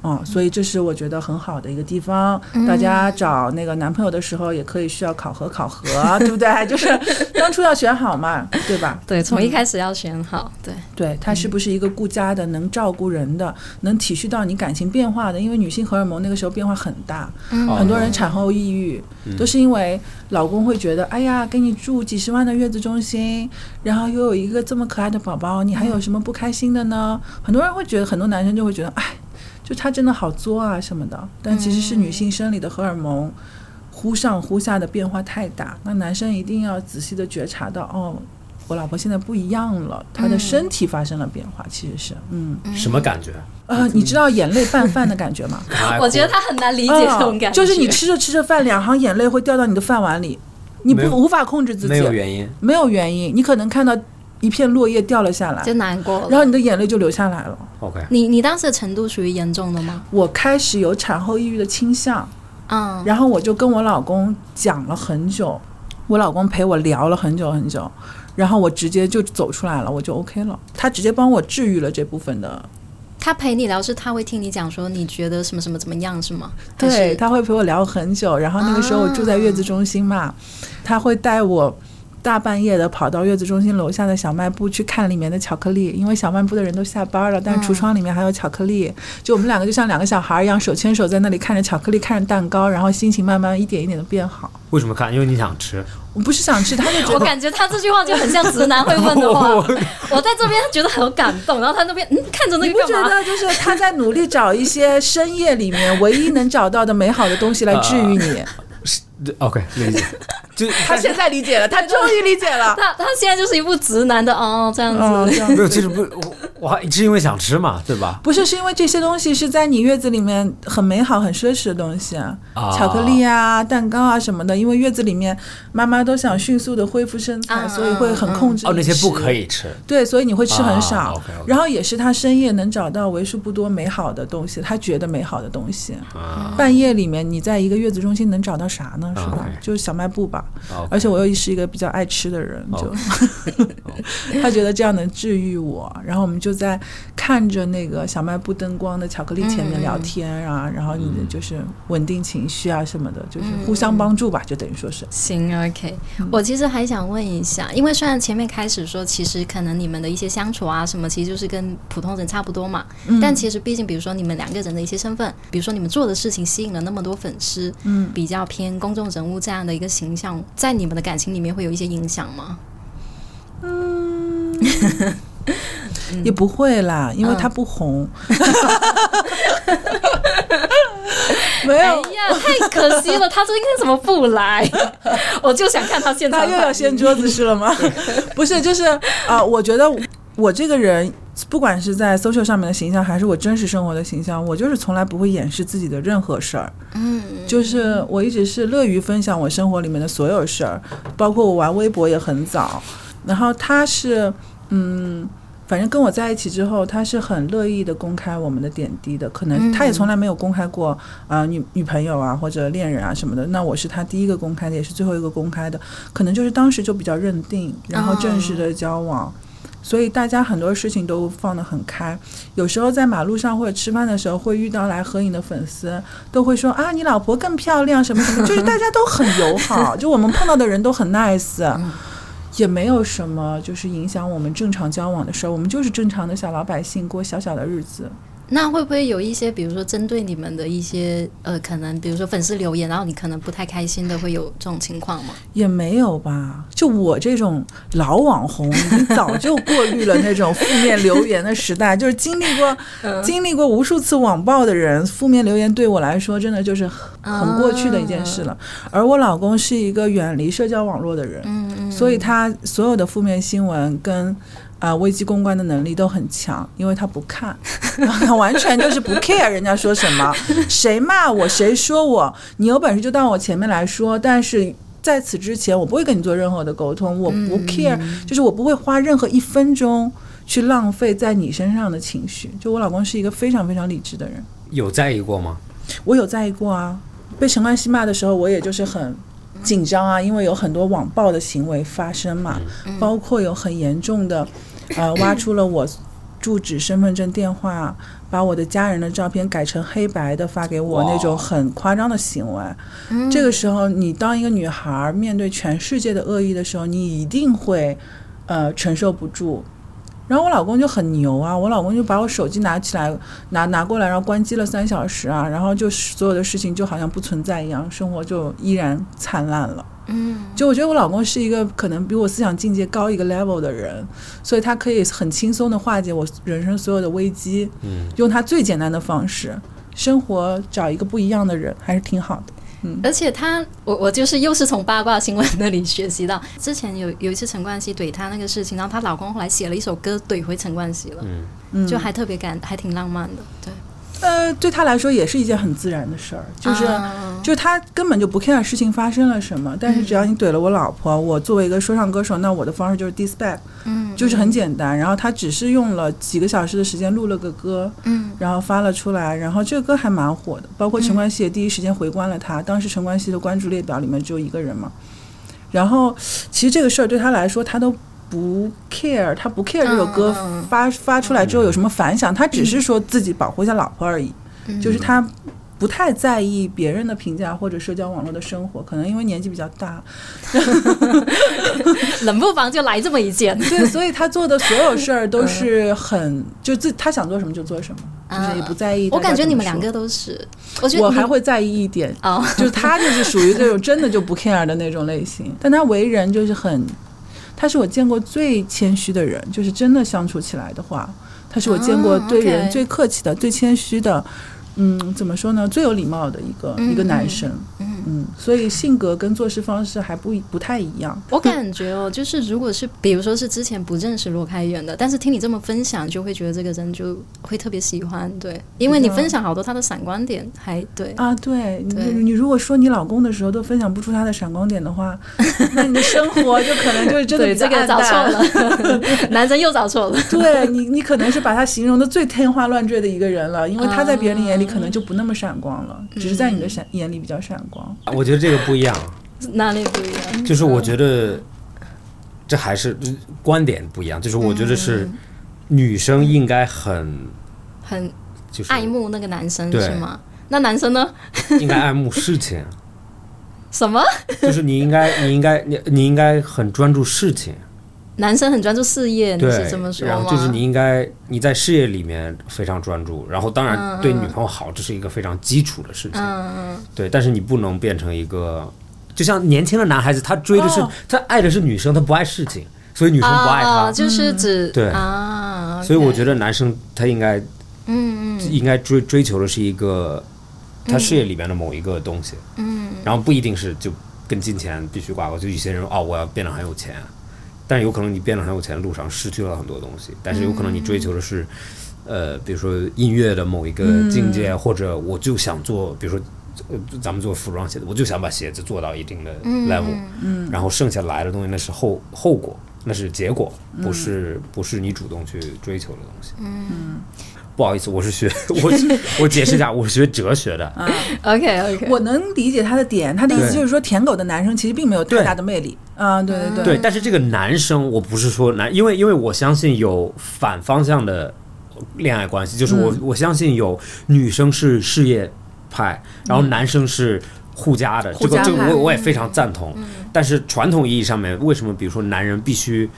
Speaker 2: 嗯，所以这是我觉得很好的一个地方。大家找那个男朋友的时候，也可以需要考核考核，对不对？就是当初要选好嘛，对吧？
Speaker 1: 对，从一开始要选好，对，
Speaker 2: 对他是不是一个顾家的、能照顾人的、能体恤到你感情变化的？因为女性荷尔蒙那个时候变化很大，
Speaker 3: 哦
Speaker 1: 嗯
Speaker 2: 很多人产后抑郁、都是因为老公会觉得，哎呀，给你住几十万的月子中心，然后又有一个这么可爱的宝宝，你还有什么不开心的呢？很多人会觉得，很多男生就会觉得，哎，就他真的好作啊什么的。但其实是女性生理的荷尔蒙。忽上忽下的变化太大，那男生一定要仔细的觉察到，哦，我老婆现在不一样了，她的身体发生了变化，其实是，嗯，
Speaker 3: 什 么感觉？
Speaker 2: 呃，你知道眼泪拌饭的感觉吗？
Speaker 3: 哎
Speaker 1: 我觉得哦他很难理解这种感觉，
Speaker 2: 就是你吃着吃着饭，两行眼泪会掉到你的饭碗里，你不
Speaker 3: 没有
Speaker 2: 无法控制自己，
Speaker 3: 没有原因，
Speaker 2: 没有原因，你可能看到一片落叶掉了下来
Speaker 1: 就，难过了。
Speaker 2: 然后你的眼泪就流下来了。
Speaker 3: OK，
Speaker 1: 你你当时的程度属于严重的吗？
Speaker 2: 我开始有产后抑郁的倾向，
Speaker 1: 嗯，
Speaker 2: 然后我就跟我老公讲了很久，我老公陪我聊了很久很久，然后我直接就走出来了，我就 OK 了。他直接帮我治愈了这部分的
Speaker 1: 他陪你聊是他会听你讲说你觉得什么什么怎么样是吗？还
Speaker 2: 对，
Speaker 1: 是，
Speaker 2: 他会陪我聊很久。然后那个时候我住在月子中心嘛，他会带我大半夜的跑到月子中心楼下的小卖部去看里面的巧克力，因为小卖部的人都下班了，但是橱窗里面还有巧克力。就我们两个就像两个小孩一样，手牵手在那里看着巧克力，看着蛋糕，然后心情慢慢一点一点的变好。
Speaker 3: 为什么看？因为你想吃。
Speaker 2: 我不是想吃，他就觉
Speaker 1: 我
Speaker 2: 得
Speaker 1: 感觉他这句话就很像直男会问 的话。我在这边觉得很感动，然后他那边嗯看着那
Speaker 2: 你
Speaker 1: 个
Speaker 2: 不
Speaker 1: 干
Speaker 2: 觉
Speaker 1: 嘛？
Speaker 2: 得就是他在努力找一些深夜里面唯一能找到的美好的东西来治愈 你？
Speaker 3: 是对 OK，理解。 就
Speaker 2: 他啊现在理解了，他终于理解了。
Speaker 1: 他他现在就是一部直男的哦这样 子。
Speaker 2: 嗯，这样
Speaker 3: 没有，其实不，我我还是因为想吃嘛，对吧？
Speaker 2: 不是，是因为这些东西是在你月子里面很美好、很奢侈的东西，啊
Speaker 3: 啊
Speaker 2: 巧克力啊、蛋糕啊什么的。因为月子里面妈妈都想迅速的恢复身材，
Speaker 1: 嗯
Speaker 2: 所以会很控制、
Speaker 3: 哦，那些不可。以吃。
Speaker 2: 对，所以你会吃很少。
Speaker 3: 啊，OK，OK
Speaker 2: 然后也是他深夜能找到为数不多美好的东西，他觉得美好的东西。
Speaker 3: 啊
Speaker 2: 半夜里面你在一个月子中心能找到啥呢？是吧？
Speaker 3: OK 啊
Speaker 2: 就是小卖部吧。
Speaker 3: ，OK 哦
Speaker 2: 而且我又是一个比较爱吃的人， 就他觉得这样能治愈我。然后我们就在看着那个小卖部灯光的巧克力前面聊天啊，然后
Speaker 3: 嗯
Speaker 2: 你的就是稳定情绪啊什么的，就是互相帮助吧，就等于说是。
Speaker 1: 行，OK。我其实还想问一下，因为虽然前面开始说，其实可能你们的一些相处啊什么，其实就是跟普通人差不多嘛。
Speaker 2: 嗯
Speaker 1: 但其实毕竟，比如说你们两个人的一些身份，比如说你们做的事情吸引了那么多粉丝，嗯，比较偏公众人物这样的一个形象，在你们的感情里面会有一些影响吗？嗯
Speaker 2: 也不会啦，因为他不红。 没
Speaker 1: 嗯哎
Speaker 2: 有，
Speaker 1: 呀，太可惜了，他今天怎么不来？ 我就想看他现场
Speaker 2: 他
Speaker 1: 反
Speaker 2: 又
Speaker 1: 应。
Speaker 2: 要掀桌子是了 吗？不是，就是啊、呃我觉得我这个人，不管是在 social 上面的形象，还是我真实生活的形象，我就是从来不会掩饰自己的任何事儿。
Speaker 1: 嗯，
Speaker 2: 就是我一直是乐于分享我生活里面的所有事儿，包括我玩微博也很早。然后他是，嗯，反正跟我在一起之后，他是很乐意的公开我们的点滴的。可能他也从来没有公开过啊、呃女女朋友啊或者恋人啊什么的。那我是他第一个公开的，也是最后一个公开的。可能就是当时就比较认定，然后正式的交往。所以大家很多事情都放得很开，有时候在马路上或者吃饭的时候会遇到来合影的粉丝，都会说啊，你老婆更漂亮什么什么，就是大家都很友好，就我们碰到的人都很 nice，也没有什么就是影响我们正常交往的事儿，我们就是正常的小老百姓过小小的日子。
Speaker 1: 那会不会有一些，比如说针对你们的一些呃，可能比如说粉丝留言，然后你可能不太开心的，会有这种情况吗？
Speaker 2: 也没有吧，就我这种老网红，已经早就过滤了那种负面留言的时代。就是经历过、
Speaker 1: 嗯
Speaker 2: 经历过无数次网暴的人，负面留言对我来说真的就是很很过去的一件事了。
Speaker 1: 啊
Speaker 2: 而我老公是一个远离社交网络的人，
Speaker 1: 嗯嗯
Speaker 2: 所以他所有的负面新闻跟啊、呃危机公关的能力都很强，因为他不看，然后他 完全就是不 care 人家说什么，谁骂我谁说我，你有本事就到我前面来说，但是。在此之前，我不会跟你做任何的沟通，我不 care，、就是我不会花任何一分钟去浪费在你身上的情绪。就我老公是一个非常非常理智的人，
Speaker 3: 有在意过吗？
Speaker 2: 我有在意过啊。被陈冠希骂的时候，我也就是很紧张啊，因为有很多网暴的行为发生嘛，包括有很严重的，呃，挖出了我住址、身份证、电话，把我的家人的照片改成黑白的发给我
Speaker 3: 哇
Speaker 2: 那种很夸张的行为。这个时候，你当一个女孩儿面对全世界的恶意的时候，你一定会呃承受不住。然后我老公就很牛啊，我老公就把我手机拿起来，拿拿过来，然后关机了三小时啊，然后就是所有的事情就好像不存在一样，生活就依然灿烂了。
Speaker 1: 嗯，
Speaker 2: 就我觉得我老公是一个可能比我思想境界高一个 level 的人，所以他可以很轻松的化解我人生所有的危机，
Speaker 3: 嗯，
Speaker 2: 用他最简单的方式，生活找一个不一样的人还是挺好的。
Speaker 1: 而且他，我我就是又是从八卦新闻那里学习到，之前有有一次陈冠希怼他那个事情，然后她老公后来写了一首歌怼回陈冠希了，嗯，就还特别感，还挺浪漫的，对，
Speaker 2: 呃，对他来说也是一件很自然的事儿，就是、
Speaker 1: 啊
Speaker 2: 就是他根本就不 care 事情发生了什么，但是只要
Speaker 1: 嗯
Speaker 2: 你怼了我老婆，我作为一个说唱歌手，那我的方式就是 diss back，
Speaker 1: 嗯，
Speaker 2: 就是很简单。然后他只是用了几个小时的时间录了个歌，
Speaker 1: 嗯，
Speaker 2: 然后发了出来，然后这个歌还蛮火的，包括陈冠希也第一时间回关了他，当时陈冠希的关注列表里面只有一个人嘛。然后其实这个事儿对他来说，他都不 care，他不 care 这
Speaker 1: 嗯
Speaker 2: 首歌发、发出来之后有什么反响，他只是说自己保护一下老婆而已，
Speaker 1: 嗯
Speaker 2: 就是他不太在意别人的评价或者社交网络的生活，可能因为年纪比较大，
Speaker 1: 冷不防就来这么 一件，
Speaker 2: 对，所以他做的所有事儿都是很就自他想做什么就做什么，就是也不在意。
Speaker 1: 嗯我感觉你们两个。都是，我觉得
Speaker 2: 我
Speaker 1: 你
Speaker 2: 还会在意一点，
Speaker 1: 哦，
Speaker 2: 就是他就是属于这种真的就不 care 的那种类型，但他为人就是很，他是我见过最谦虚的人，就是真的相处起来的话，他是我见过
Speaker 1: 啊
Speaker 2: 对
Speaker 1: OK
Speaker 2: 人最客气的、最谦虚的，嗯，怎么说呢，最有礼貌的一个、一
Speaker 1: 嗯
Speaker 2: 个男生，嗯所以性格跟做事方式还不一不太一样，
Speaker 1: 我感觉哦，就是如果是比如说是之前不认识罗开远的，但是听你这么分享，就会觉得这个人就会特别喜欢，对，因为你
Speaker 2: 对啊
Speaker 1: 分享好多他的闪光点，还对，
Speaker 2: 啊，对你
Speaker 1: 对
Speaker 2: 你如果说你老公的时候都分享不出他的闪光点的 话，那你的生活就可能就是真的
Speaker 1: 对，
Speaker 2: 比较
Speaker 1: 这个
Speaker 2: 暗
Speaker 1: 找错
Speaker 2: 淡。
Speaker 1: 了， 男生又找错了，
Speaker 2: 对你，你可能是把他形容的最天花乱坠的一个人了，因为他在别人眼里可能就不那么闪光了，
Speaker 3: 嗯
Speaker 2: 只是在你的闪眼里比较闪光。
Speaker 3: 我觉得这个不一样，
Speaker 1: 哪里不一样？
Speaker 3: 就是我觉得这还是观点不一样，就是我觉得是
Speaker 1: 嗯
Speaker 3: 女生应该很
Speaker 1: 很
Speaker 3: 就是
Speaker 1: 爱慕那个男生
Speaker 3: 对
Speaker 1: 是吗？那男生呢？
Speaker 3: 应该爱慕事情，
Speaker 1: 什么？
Speaker 3: 就是你应该你应该你你应该很专注事情，
Speaker 1: 男生很专注事业，你
Speaker 3: 对
Speaker 1: 是这么，说
Speaker 3: 然
Speaker 1: 吗？
Speaker 3: 后就是你应该你在事业里面非常专注，然后当
Speaker 1: 嗯
Speaker 3: 然对女朋友好，这是一个非常基础的事情，
Speaker 1: 嗯，嗯
Speaker 3: 对，但是你不能变成一个，就像年轻的男孩子，他追的是
Speaker 2: 哦
Speaker 3: 他爱的是女生，他不爱事情，所以女生不爱
Speaker 1: 啊，
Speaker 3: 他，
Speaker 2: 嗯
Speaker 1: 就是指
Speaker 3: 对
Speaker 1: 啊，
Speaker 3: 所以我觉
Speaker 1: 得，
Speaker 3: 得男生他应该
Speaker 1: 嗯嗯
Speaker 3: 应该追追求的是一个他事业里面的某一个东西，
Speaker 1: 嗯，
Speaker 3: 然后不一定是就跟金钱必须挂钩，就有些人哦，我要变得很有钱，但是有可能你变得很有钱的路上失去了很多东西，但是有可能你追求的
Speaker 1: 嗯
Speaker 3: 是。呃，比如说音乐的某一个境界，或者我就想做，比如说，呃咱们做服装鞋子，我就想把鞋子做到一定的 level，嗯，然后剩下来的东西那是后后果，那是结果，不是、不是你主动去追求的东西。嗯，不好意思，我是学我是我解释一下，我是学哲学的，
Speaker 1: ，OK OK，
Speaker 2: 我能理解他的点，他的意思
Speaker 3: 嗯对
Speaker 2: 就是说，舔狗的男生其实并没有太
Speaker 3: 对
Speaker 2: 大的魅力。啊，对对
Speaker 3: 对，但是这个男生，我不是说男，因为因为我相信有反方向的恋爱关系，就是我、我相信有女生是事业派，然后男生是护家的，
Speaker 2: 护
Speaker 3: 这个
Speaker 2: 家
Speaker 3: 这个
Speaker 2: 派
Speaker 3: 我我也非常赞同。但是传统意义上面，为什么比如说男人必须？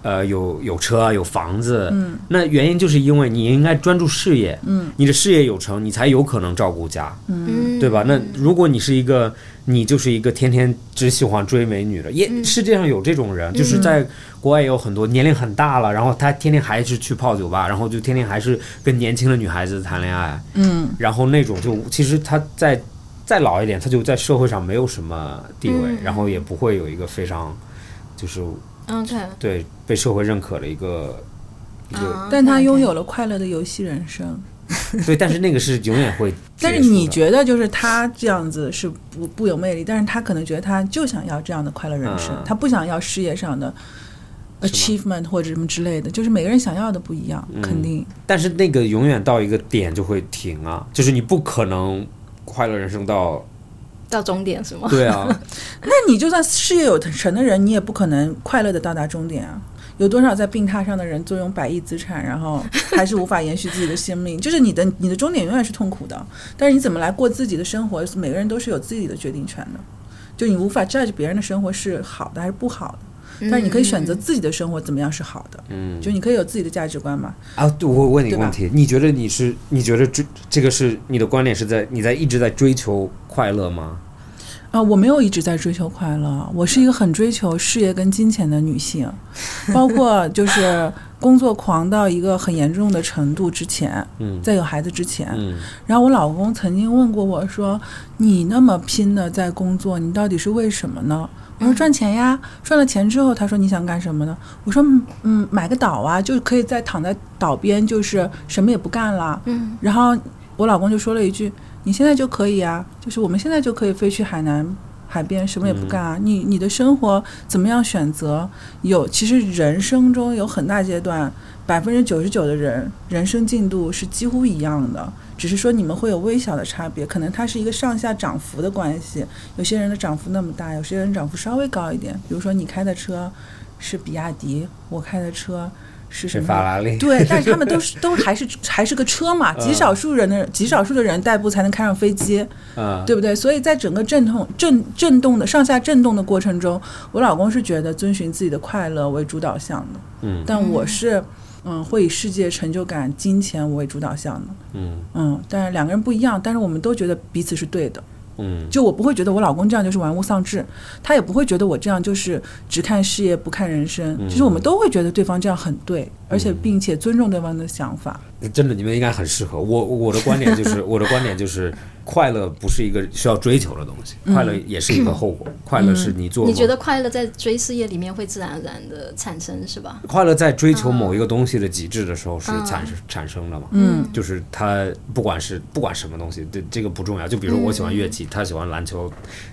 Speaker 3: 呃，有有车啊有房子，嗯，那原因就是因为你应该专注事业，嗯，你的事业有成，你才有可能照顾家，
Speaker 1: 嗯
Speaker 3: 对吧？那如果你是一个，你就是一个天天只喜欢追美女的，也、
Speaker 2: 嗯
Speaker 3: 世界上有这种人，就是在国外也有很多年龄很大了，然后他天天还是去泡酒吧，然后就天天还是跟年轻的女孩子谈恋爱，
Speaker 2: 嗯，
Speaker 3: 然后那种就其实他在再老一点，他就在社会上没有什么地位，
Speaker 2: 嗯
Speaker 3: 然后也不会有一个非常就是
Speaker 1: 嗯，OK，
Speaker 3: 对被社会认可的一个一个、
Speaker 1: 啊
Speaker 2: 但他
Speaker 1: OK，OK
Speaker 2: 拥有了快乐的游戏人生。
Speaker 3: 对，但是那个是永远会结束的，
Speaker 2: 但是你觉得就是他这样子是不不有魅力，但是他可能觉得他就想要这样的快乐人生，
Speaker 3: 嗯
Speaker 2: 他不想要事业上的
Speaker 3: 吗嗯
Speaker 2: achievement 或者什么之类的，就是每个人想要的不一样，肯定。
Speaker 3: 但是那个永远到一个点就会停啊，就是你不可能快乐人生到
Speaker 1: 到终点是吗？
Speaker 3: 对啊，
Speaker 2: 那你就算事业有成的人，你也不可能快乐的到达终点啊！有多少在病榻上的人坐拥百亿资产，然后还是无法延续自己的生命？就是你的你的终点永远是痛苦的，但是你怎么来过自己的生活，每个人都是有自己的决定权的。就你无法 judge 别人的生活是好的还是不好的，但是你可以选择自己的生活怎么样是好的。
Speaker 3: 嗯
Speaker 2: 就你可以有自己的价值观嘛。
Speaker 3: 啊，对我问你个
Speaker 2: 对吧
Speaker 3: 问题，你觉得你是你觉得追这个是你的观点是在你在一直在追求快乐吗？
Speaker 2: 啊，我没有一直在追求快乐，我是一个很追求事业跟金钱的女性，包括就是工作狂到一个很严重的程度之前，
Speaker 3: 嗯
Speaker 2: 在有孩子之前，
Speaker 3: 嗯
Speaker 2: 然后我老公曾经问过我说：“你那么拼的在工作，你到底是为什么呢？”我说赚钱呀，赚了钱之后，他说你想干什么呢？我说嗯嗯，买个岛啊，就可以在躺在岛边，就是什么也不干了。
Speaker 1: 嗯，
Speaker 2: 然后我老公就说了一句：“你现在就可以啊，就是我们现在就可以飞去海南海边，什么也不干啊。你你的生活怎么样选择？有其实人生中有很大阶段，百分之九十九的人人生进度是几乎一样的，只是说你们会有微小的差别，可能它是一个上下涨幅的关系。有些人的涨幅那么大，有些人涨幅稍微高一点。比如说你开的车，是比亚迪，我开的车是什
Speaker 3: 是
Speaker 2: 么？
Speaker 3: 法拉嗯利，
Speaker 2: 对，但是他们都是都还是还是个车 嘛，极少数人的极少数的人代步才能开上飞机，
Speaker 3: 嗯，
Speaker 2: 对不对？所以在整个震动震震动的上下震动的过程中，我老公是觉得遵循自己的快乐为主导向的，
Speaker 3: 嗯
Speaker 2: 但我是嗯会以世界成就感、金钱为主导向的，
Speaker 3: 嗯
Speaker 2: 嗯，但是两个人不一样，但是我们都觉得彼此是对的。
Speaker 3: 嗯
Speaker 2: 就我不会觉得我老公这样就是玩物丧志，他也不会觉得我这样就是只看事业不看人生。
Speaker 3: 嗯
Speaker 2: 其实我们都会觉得对方这样很对，而且并且尊重对方的想法。
Speaker 3: 嗯，真的你们应该很适合。我我的观点就是我的观点就是，快乐不是一个需要追求的东西，快乐也是一个后果，快乐是你做
Speaker 1: 你
Speaker 3: 某
Speaker 1: 觉得快乐在追事业里面会自然而然的产生是吧？
Speaker 3: 快乐在追求
Speaker 2: 嗯
Speaker 3: 某一个东西的极致的时候是产生、产生的嘛？嗯，就是他不管是不管什么东西，这这个不重要。就比如我喜欢乐器，他喜欢篮球，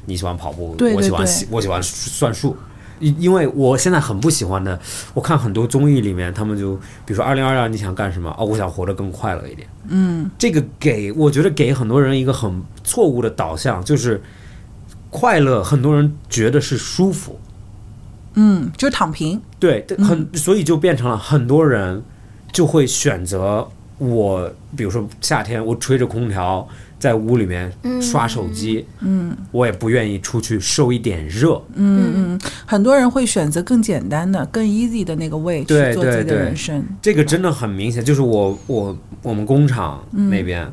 Speaker 3: 你喜欢跑步，
Speaker 2: 嗯对对
Speaker 3: 我喜欢
Speaker 2: 对
Speaker 3: 喜我喜欢算术。因因为我现在很不喜欢的，我看很多综艺里面，他们就比如说二零二二你想干什么？哦，我想活得更快乐一点。嗯，这个给我觉得给很多人一个很错误的导向，就是快乐，很多人觉得是舒服。
Speaker 2: 嗯，就是躺平。
Speaker 3: 对，但很、所以就变成了很多人就会选择我，比如说夏天我吹着空调在屋里面刷手机，嗯，我也不愿意出去受一点热，
Speaker 1: 嗯嗯，
Speaker 2: 很多人会选择更简单的、更 easy 的那个 way
Speaker 3: 对
Speaker 2: 去做自己
Speaker 3: 对
Speaker 2: 的
Speaker 3: 对
Speaker 2: 人生。
Speaker 3: 这个真的很明显，就是我我我们工厂那边，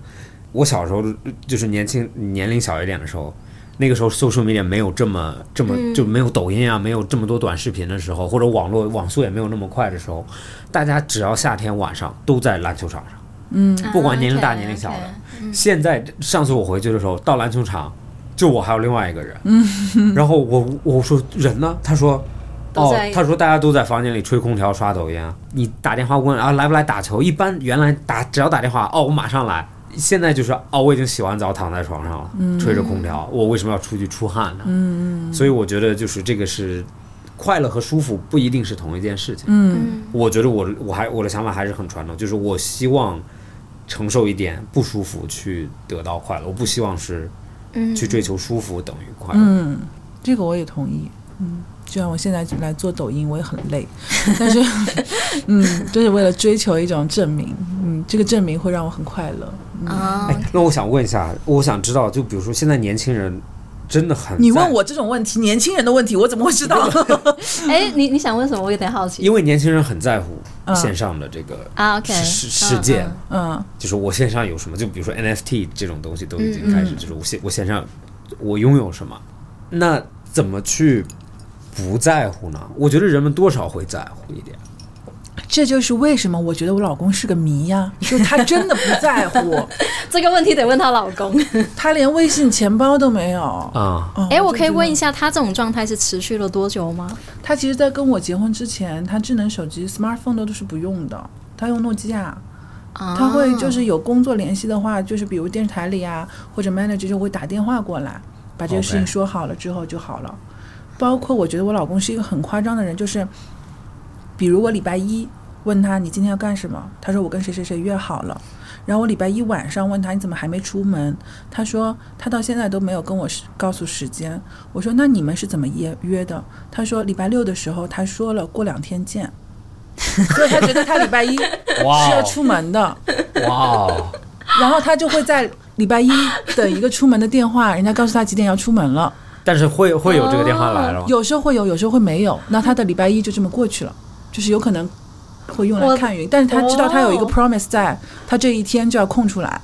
Speaker 3: 我小时候就是年轻年龄小一点的时候，那个时候 social media 没有这么这么、就没有抖音啊，没有这么多短视频的时候，或者网络网速也没有那么快的时候，大家只要夏天晚上都在篮球场上，嗯，
Speaker 1: 啊
Speaker 3: 不管年龄大年龄小的。现在上次我回去的时候，到篮球场，就我还有另外一个人，嗯，然后我我说人呢？他说。
Speaker 1: 都
Speaker 3: 哦
Speaker 1: 在，
Speaker 3: 他说大家都在房间里吹空调、刷抖音啊。你打电话问啊来不来打球？一般原来打只要打电话哦，我马上来。现在就是哦，我已经洗完澡躺在床上了，吹着空调，我为什么要出去出汗呢？嗯，所以我觉得就是这个是快乐和舒服不一定是同一件事情。
Speaker 1: 嗯
Speaker 3: 我觉得我的我还我的想法还是很传统，就是我希望承受一点不舒服去得到快乐，我不希望是
Speaker 1: 嗯，
Speaker 3: 去追求舒服等于快乐。
Speaker 2: 嗯，这个我也同意。嗯，就像我现在来做抖音，我也很累， 但是，嗯，就是为了追求一种证明。嗯，这个证明会让我很快乐。
Speaker 1: 啊
Speaker 3: 哎，那我想问一下，我想知道，就比如说现在年轻人真的很
Speaker 2: 你
Speaker 3: 在
Speaker 2: 问，我这种问题，年轻人的问题，我怎么会知道？
Speaker 1: 哎，你你想问什么？我有点好奇
Speaker 3: 因为年轻人很在乎
Speaker 2: 嗯
Speaker 3: 线上的这个
Speaker 1: 啊。OK，
Speaker 3: 世世世界，
Speaker 1: 嗯
Speaker 2: 嗯，
Speaker 3: 就是我线上有什么，就比如说 NFT 这种东西都已经开
Speaker 1: 嗯
Speaker 3: 始，就是我线我线上我拥有什么，那怎么去不在乎呢？我觉得人们多少会在乎一点。
Speaker 2: 这就是为什么我觉得我老公是个谜呀、就他真的不在乎，
Speaker 1: 嗯这个问题得问她老公。
Speaker 2: 他连微信钱包都没有。
Speaker 3: 啊、
Speaker 2: 哦
Speaker 1: 哎，我可以问一
Speaker 2: 就
Speaker 1: 下，她这种状态是持续了多久吗？
Speaker 2: 觉得他其实，在跟我结婚之前，他智能手机 smartphone 都是不用的，他用诺基亚。
Speaker 1: 啊，
Speaker 2: 他会就是有工作联系的话，就是比如电视台里啊，或者 manager 就会打电话过来，把这个事情
Speaker 3: OK
Speaker 2: 说好了之后就好了。包括我觉得我老公是一个很夸张的人，就是比如我礼拜一问他你今天要干什么，他说我跟谁谁谁约好了。然后我礼拜一晚上问他你怎么还没出门，他说他到现在都没有跟我时告诉时间。我说那你们是怎么约约的？他说礼拜六的时候他说了过两天见，所以他觉得他礼拜 一是
Speaker 3: 哇
Speaker 2: 要
Speaker 3: 哦
Speaker 2: 出门的。
Speaker 3: 哇哦，
Speaker 2: 然后他就会在礼拜一等一个出门的电话，人家告诉他几点要出门了。
Speaker 3: 但是会会哦有这个电话来了吗？
Speaker 2: 有时候会有，有时候会没有。那他的礼拜一就这么过去了，就是有可能会用来
Speaker 1: 我
Speaker 2: 看云，但是他知道他有一个
Speaker 1: 哦
Speaker 2: promise 在，他这一天就要空出来，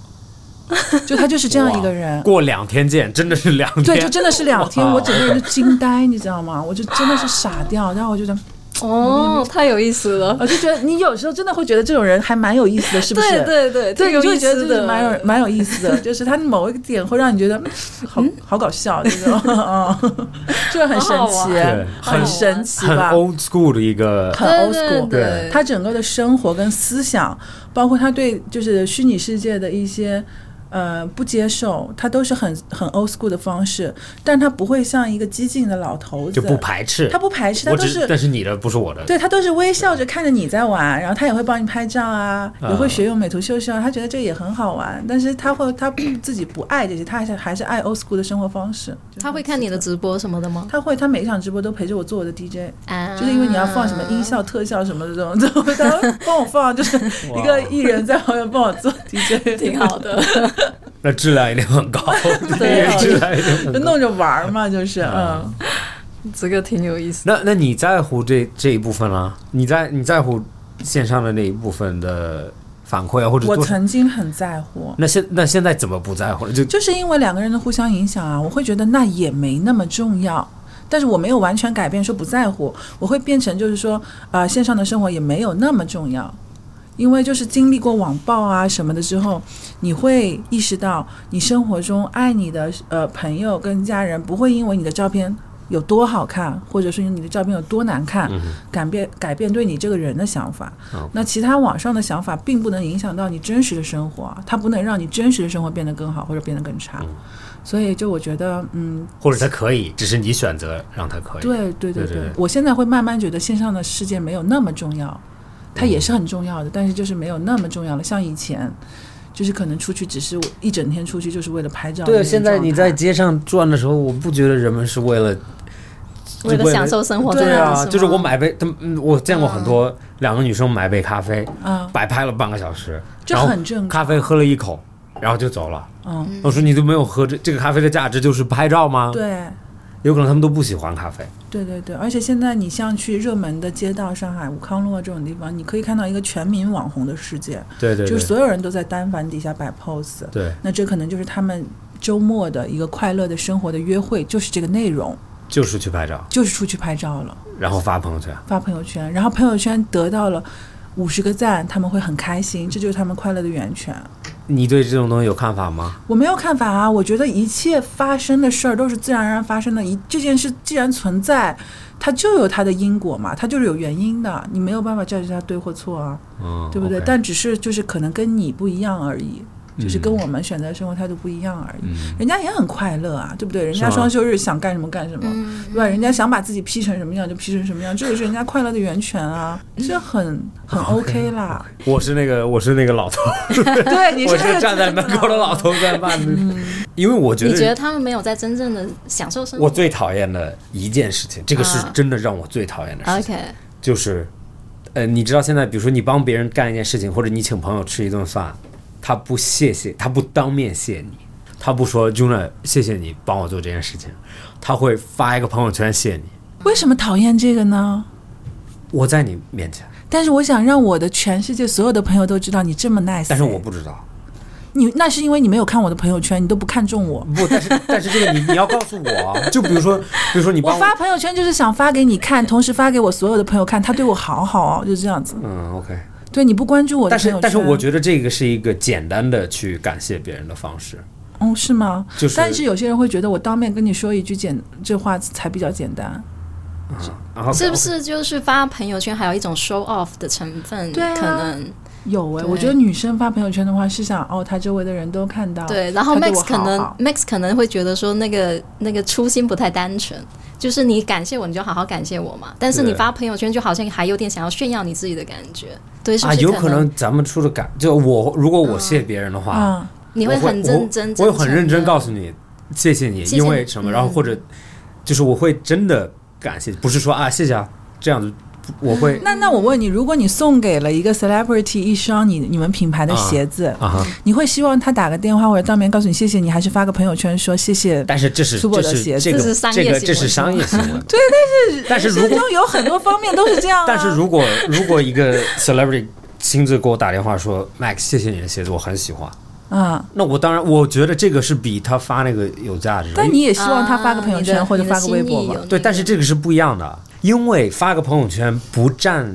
Speaker 2: 就他就是这样一个人
Speaker 3: 哇。过两天见，真的是两天。
Speaker 2: 对，就真的是两天，
Speaker 3: 哇
Speaker 2: 我整个人就惊呆，你知道吗？我就真的是傻掉，然后我就觉得，
Speaker 1: 哦，太有意思了。
Speaker 2: 我就觉得你有时候真的会觉得这种人还蛮有意思的，是不是？
Speaker 1: 对对
Speaker 2: 对，
Speaker 1: 对，挺
Speaker 2: 你
Speaker 1: 有
Speaker 2: 就
Speaker 1: 意
Speaker 2: 会觉得
Speaker 1: 思
Speaker 2: 就是
Speaker 1: 的，
Speaker 2: 蛮有蛮有意思的，就是他某一个点会让你觉得嗯好好搞笑，这 种，嗯，就是很神
Speaker 1: 好好玩
Speaker 3: 对
Speaker 2: 奇，
Speaker 3: 很
Speaker 2: 很神奇
Speaker 3: 很
Speaker 2: 吧，
Speaker 3: old school 的一个，
Speaker 2: 很
Speaker 1: 对
Speaker 2: old
Speaker 1: 对
Speaker 2: school。
Speaker 1: 对
Speaker 3: 对
Speaker 2: 他整个的生活跟思想，包括他对就是虚拟世界的一些呃不接受，他都是很很 old school 的方式，但他不会像一个激进的老头子，
Speaker 3: 就不排斥。
Speaker 2: 他不排斥，他
Speaker 3: 我
Speaker 2: 都
Speaker 3: 只
Speaker 2: 是
Speaker 3: 但是你的不是我的，
Speaker 2: 对他都是微笑着看着你在玩，然后他也会帮你拍照啊，
Speaker 3: 啊
Speaker 2: 也会学用美图秀秀啊，他觉得这个也很好玩，但是他会他自己不爱这些，他还是还是爱 old school 的生活方式。就
Speaker 1: 他会看你的直播什么的吗？
Speaker 2: 他会，他每一场直播都陪着我做我的 DJ，
Speaker 1: 啊，
Speaker 2: 就是因为你要放什么音效、特效什么的这种，这 种他会帮我放，就是一个艺人在旁边帮我做 DJ，
Speaker 1: 挺 好的，
Speaker 3: 那质量一定很高，
Speaker 2: 对
Speaker 3: 质量一定很
Speaker 2: 就
Speaker 3: 高。
Speaker 2: 弄着玩儿嘛，就是
Speaker 3: 啊
Speaker 2: 嗯。
Speaker 1: 这个挺有意思。
Speaker 3: 那那你在乎这这一部分啦、你在你在乎线上的那一部分的反馈啊，或者
Speaker 2: 我
Speaker 3: 做
Speaker 2: 曾经很在乎，
Speaker 3: 那现那现在怎么不在乎了？就
Speaker 2: 就是因为两个人的互相影响啊，我会觉得那也没那么重要。但是我没有完全改变，说不在乎，我会变成就是说，啊、线上的生活也没有那么重要，因为就是经历过网暴啊什么的之后，你会意识到你生活中爱你的呃朋友跟家人不会因为你的照片有多好看，或者是你的照片有多难看，
Speaker 3: 嗯哼
Speaker 2: 改变改变对你这个人的想法。
Speaker 3: OK
Speaker 2: 那其他网上的想法并不能影响到你真实的生活，啊它不能让你真实的生活变得更好或者变得更差。
Speaker 3: 嗯
Speaker 2: 所以就我觉得，嗯，
Speaker 3: 或者他可以，只是你选择让他可以。
Speaker 2: 对对对
Speaker 3: 哎对对对
Speaker 2: 我现在会慢慢觉得线上的世界没有那么重要，它也是很重要的，但是就是没有那么重要了。像以前，就是可能出去只是我一整天出去就是为了拍照的那
Speaker 3: 对，
Speaker 2: 种状
Speaker 3: 现
Speaker 2: 态。
Speaker 3: 在你在街上转的时候，我不觉得人们是为了
Speaker 1: 为了享受生活，
Speaker 2: 对
Speaker 1: 这
Speaker 3: 对
Speaker 1: 样
Speaker 3: 啊，
Speaker 1: 吗
Speaker 3: 就是我买杯，他们嗯我见过很多两个女生买杯咖啡，
Speaker 2: 啊，
Speaker 3: 摆拍了半个小时，
Speaker 2: 这
Speaker 3: 然后
Speaker 2: 很正常。
Speaker 3: 咖啡喝了一口，然后就走了。
Speaker 2: 嗯，
Speaker 3: 我说你都没有喝这这个咖啡的价值就是拍照吗？，
Speaker 2: 对。
Speaker 3: 有可能他们都不喜欢咖啡。
Speaker 2: 对对对，而且现在你像去热门的街道，上海武康路啊这种地方，你可以看到一个全民网红的世界，
Speaker 3: 对对
Speaker 2: 就是
Speaker 3: 对，
Speaker 2: 所有人都在单反底下摆 pose。
Speaker 3: 对，
Speaker 2: 那这可能就是他们周末的一个快乐的生活的约会，就是这个内容，
Speaker 3: 就是去拍照，
Speaker 2: 就是出去拍照了，
Speaker 3: 然后发朋友圈。
Speaker 2: 发朋友圈，然后朋友圈得到了五十个赞，他们会很开心，这就是他们快乐的源泉。
Speaker 3: 你对这种东西有看法吗？
Speaker 2: 我没有看法啊，我觉得一切发生的事儿都是自然而然发生的。一这件事既然存在，它就有它的因果嘛，它就是有原因的，你没有办法 judge 它对或错啊，
Speaker 3: 嗯，
Speaker 2: 对不对
Speaker 3: OK
Speaker 2: 但只是就是可能跟你不一样而已，就是
Speaker 3: 嗯
Speaker 2: 跟我们选择生活态度不一样而已。
Speaker 3: 嗯
Speaker 2: 人家也很快乐啊，对不对？人
Speaker 3: 是吗
Speaker 2: 家双休日想干什么干什么，对吧？人家想把自己 P 成什么样就 P 成什么样，这也是人家快乐的源泉啊，这很很 OK 啦。
Speaker 3: 我是那个我是那个老头，
Speaker 2: 对，你
Speaker 3: 我
Speaker 2: 那
Speaker 3: 是
Speaker 2: 个嗯
Speaker 3: 站在门口的老头在办的，因为我觉
Speaker 1: 你觉得
Speaker 3: 得
Speaker 1: 他们没有在真正的享受生活
Speaker 3: 我最讨厌的一件事情，这个是
Speaker 1: 啊
Speaker 3: 真的让我最讨厌的事情。
Speaker 1: ？OK，
Speaker 3: 就是，呃，你知道现在，比如说你帮别人干一件事情，或者你请朋友吃一顿饭，他不谢谢，他不当面谢你，他不说 Juna 谢谢你帮我做这件事情，他会发一个朋友圈谢你，
Speaker 2: 为什么讨厌这个呢？
Speaker 3: 我在你面前，
Speaker 2: 但是我想让我的全世界所有的朋友都知道你这么 nice。
Speaker 3: 但是我不知道，
Speaker 2: 你那是因为你没有看我的朋友圈，你都不看重我。
Speaker 3: 不，但是但是这个你你要告诉我，啊就比如说，比如说你
Speaker 2: 我
Speaker 3: 帮
Speaker 2: 发朋友圈就是想发给你看，同时发给我所有的朋友看，他对我好好哦，就这样子。
Speaker 3: 嗯，OK，
Speaker 2: 对你不关注我的
Speaker 3: 但
Speaker 2: 朋友
Speaker 3: 是
Speaker 2: 圈，
Speaker 3: 但是我觉得这个是一个简单的去感谢别人的方式，
Speaker 2: 哦是吗？
Speaker 3: 就是
Speaker 2: 但是有些人会觉得我当面跟你说一句简这话才比较简单，
Speaker 3: 嗯然后
Speaker 1: 是不是就是发朋友圈还有一种 show off 的成分？
Speaker 2: 对啊
Speaker 1: 可能
Speaker 2: 有诶，
Speaker 1: 对
Speaker 2: 我觉得女生发朋友圈的话是想哦，她周围的人都看到，
Speaker 1: 对。然后
Speaker 2: 她对
Speaker 1: Max
Speaker 2: 我好
Speaker 1: 可能
Speaker 2: 好
Speaker 1: Max 可能会觉得说那个那个初心不太单纯，就是你感谢我，你就好好感谢我嘛。但是你
Speaker 3: 对
Speaker 1: 发朋友圈就好像还有点想要炫耀你自己的感觉，对，是不
Speaker 3: 啊，
Speaker 1: 是
Speaker 3: 有
Speaker 1: 可嗯
Speaker 3: 可能咱们出的感，就我如果我谢别人的话，
Speaker 2: 啊，
Speaker 1: 你会
Speaker 3: 我
Speaker 1: 很认真，
Speaker 3: 我，我会很认真告
Speaker 1: 诉
Speaker 3: 诉你，谢谢你，
Speaker 1: 谢谢
Speaker 3: 因为什么，
Speaker 1: 你嗯
Speaker 3: 然后或者就是我会真的感谢，不是说啊谢谢啊这样子，我会
Speaker 2: 那那我问你，如果你送给了一个 celebrity 一双你你们品牌的鞋子，
Speaker 3: 啊哈，
Speaker 2: 你会希望他打个电话或者当面告诉你谢谢你，还是发个朋友圈说谢谢？
Speaker 3: 但是这是
Speaker 2: 粗暴
Speaker 3: 这
Speaker 2: 的
Speaker 3: 是
Speaker 2: 鞋
Speaker 3: 这
Speaker 1: 这是
Speaker 3: 个
Speaker 1: 商
Speaker 3: 这
Speaker 1: 业行
Speaker 3: 个
Speaker 1: 为
Speaker 3: 这是商业行为，对，但是但是如
Speaker 2: 生
Speaker 3: 果
Speaker 2: 中有很多方面都是这样、啊。
Speaker 3: 但是如果如果一个 celebrity 亲自给我打电话说 Max 谢谢你的鞋子我很喜欢，
Speaker 2: 啊、
Speaker 3: 那我当然我觉得这个是比他发那个有价值的，
Speaker 2: 但你
Speaker 1: 啊
Speaker 2: 也希望他发个朋友圈、或者发个微博吧？
Speaker 1: 吧
Speaker 3: 对，但是这个是不一样的，因为发个朋友圈不占，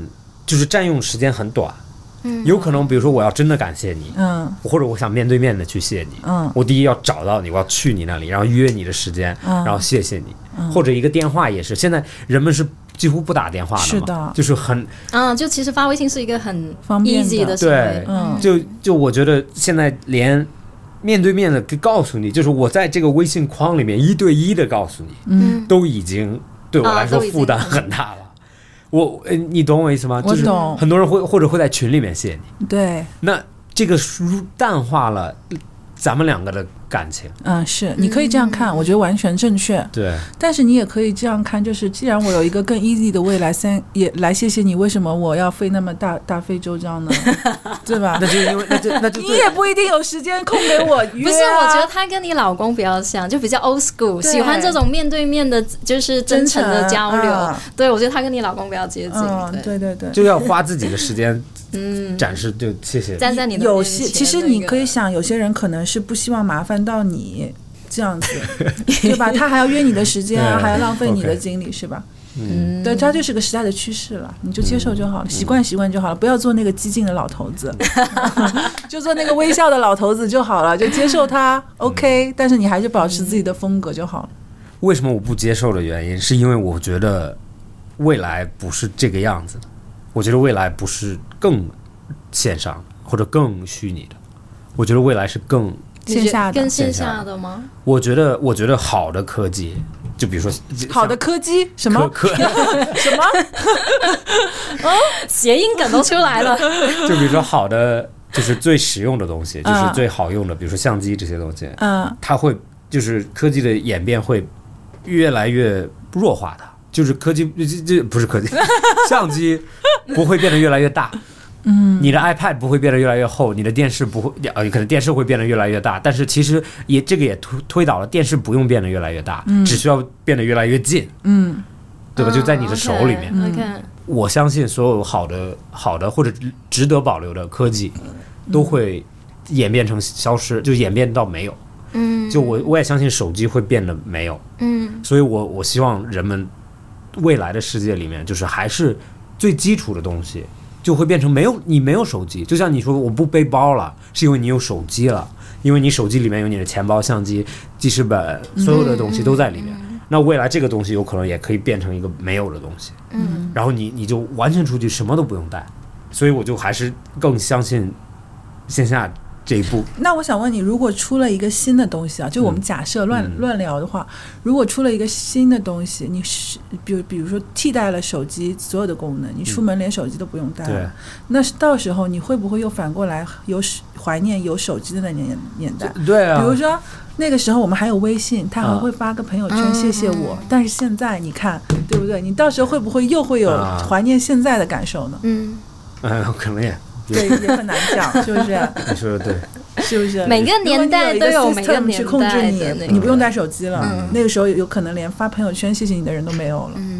Speaker 3: 就是占用时间很短。
Speaker 1: 嗯
Speaker 3: 有可能，比如说我要真的感谢你，
Speaker 2: 嗯
Speaker 3: 或者我想面对面的去谢你，
Speaker 2: 嗯
Speaker 3: 我第一要找到你，我要去你那里，然后约你的时间，
Speaker 2: 嗯
Speaker 3: 然后谢谢你，或者一个电话也是，现在人们是几乎不打电话的嘛，
Speaker 2: 是的
Speaker 3: 就是很
Speaker 1: 嗯，就其实发微信是一个很
Speaker 2: 方便的
Speaker 1: easy 的行为
Speaker 3: 对，
Speaker 2: 嗯
Speaker 3: 就就我觉得现在连面对面的告诉你，就是我在这个微信框里面一对一的告诉你，
Speaker 1: 嗯，
Speaker 3: 都已经对我
Speaker 1: 啊
Speaker 3: 来说
Speaker 1: 都已经
Speaker 3: 负担很大了。我，呃你懂我意思吗？
Speaker 2: 我
Speaker 3: 就是
Speaker 2: 懂
Speaker 3: 很多人会或者会在群里面谢你，
Speaker 2: 对，
Speaker 3: 那这个疏淡化了咱们两个的感情。
Speaker 2: 嗯，是，你可以这样看，我觉得完全正确。
Speaker 3: 对，
Speaker 2: 但是你也可以这样看，就是既然我有一个更 easy 的未来，三也来谢谢你，为什么我要费那么大大费周 章呢？对吧
Speaker 3: 那？就因为那就那就
Speaker 2: 你
Speaker 3: 对
Speaker 2: 也不一定有时间空给我约、啊。
Speaker 1: 不是，我觉得他跟你老公比较像，就比较 old school，
Speaker 2: 对
Speaker 1: 喜欢这种面对面的，就是真诚的交流。
Speaker 2: 啊
Speaker 1: 对，我觉得他跟你老公比较接近。
Speaker 2: 嗯，
Speaker 1: 对，
Speaker 2: 对对对。
Speaker 3: 就要花自己的时间
Speaker 1: 嗯，
Speaker 3: 展示，就谢谢。
Speaker 1: 站在你的
Speaker 2: 有
Speaker 1: 面
Speaker 2: 些
Speaker 1: 前
Speaker 2: 其实
Speaker 1: 那
Speaker 2: 你
Speaker 1: 个
Speaker 2: 可以想，有些人可能是不希望麻烦到你这样 子，对吧？他还要约你的时间啊，
Speaker 3: 对
Speaker 2: 还要浪费你的
Speaker 3: OK
Speaker 2: 精力，是吧？
Speaker 3: 嗯，
Speaker 2: 对，它就是个时代的趋势了，你就接受就好了，习惯习惯就好了，不要做那个激进的老头 子，就做那个微笑的老头子就好了，就接受它，OK。但
Speaker 3: 嗯
Speaker 2: 是你还是保持自己的风格就好了。
Speaker 3: 为什么我不接受的原因，是因为我觉得未来不是这个样子的。我觉得未来不是更线上的或者更虚拟的，我觉得未来是更。
Speaker 1: 你觉
Speaker 2: 线下的
Speaker 1: 跟线
Speaker 3: 线下
Speaker 1: 下的吗？
Speaker 3: 我觉得，我觉得好的科技，就比如说
Speaker 2: 好的柯基什么
Speaker 3: 科科，
Speaker 2: 什么，
Speaker 1: 谐音梗都出来了。
Speaker 3: 就比如说好的，就是最实用的东西，就是
Speaker 2: 嗯
Speaker 3: 最好用的，比如说相机这些东西，
Speaker 2: 嗯，
Speaker 3: 它会就是科技的演变会越来越弱化它，就是科技这这不是科技，相机不会变得越来越大。嗯，你的 iPad 不会变得越来越厚，你的电视不会，呃，可能电视会变得越来越大，但是其实也这个也推推导了，电视不用变得越来越大，只需要变得越来越近，嗯，对吧？ 就在你的手里面。
Speaker 1: 啊
Speaker 2: 嗯
Speaker 1: OK，
Speaker 3: 我相信所有好的、好的或者值值得保留的科技，
Speaker 1: 嗯
Speaker 3: 都会演变成消失，就演变到没有。
Speaker 1: 嗯
Speaker 3: 就我我也相信手机会变得没有，
Speaker 1: 嗯
Speaker 3: 所以我我希望人们未来的世界里面，就是还是最基础的东西，就会变成没有你没有手机，就像你说我不背包了，是因为你有手机了，因为你手机里面有你的钱包、相机、记事本，
Speaker 1: 嗯
Speaker 3: 所有的东西都在里面。那未来这个东西有可能也可以变成一个没有的东西，
Speaker 1: 嗯，
Speaker 3: 然后你你就完全出去什么都不用带，所以我就还是更相信线下这一步。
Speaker 2: 那我想问你，如果出了一个新的东西啊，就我们假设乱、
Speaker 3: 嗯
Speaker 2: 乱聊的话，如果出了一个新的东西，你是比如比如说替代了手机所有的功能，你出门连手机都不用带了，
Speaker 3: 嗯对
Speaker 2: 那是啊到时候你会不会又反过来有手怀念有手机的那年年代？
Speaker 3: 对啊
Speaker 2: 比 如说那个时候我们还有微信，他还
Speaker 3: 啊
Speaker 2: 会发个朋友圈谢谢我，但是现在你看对不对？你到时候会不会又会有
Speaker 3: 啊
Speaker 2: 怀念现在的感受呢？
Speaker 1: 嗯，
Speaker 3: 嗯，可能也
Speaker 2: 对，也很难讲，是不是？
Speaker 3: 你说的对。
Speaker 2: 是不是？
Speaker 1: 每个年代都有
Speaker 2: 有
Speaker 1: 每个年代的嗯
Speaker 2: 去控制你
Speaker 1: 那个，
Speaker 2: 你不用带手机了。那个时候有可能连发朋友圈谢谢你的人都没有了。
Speaker 1: 嗯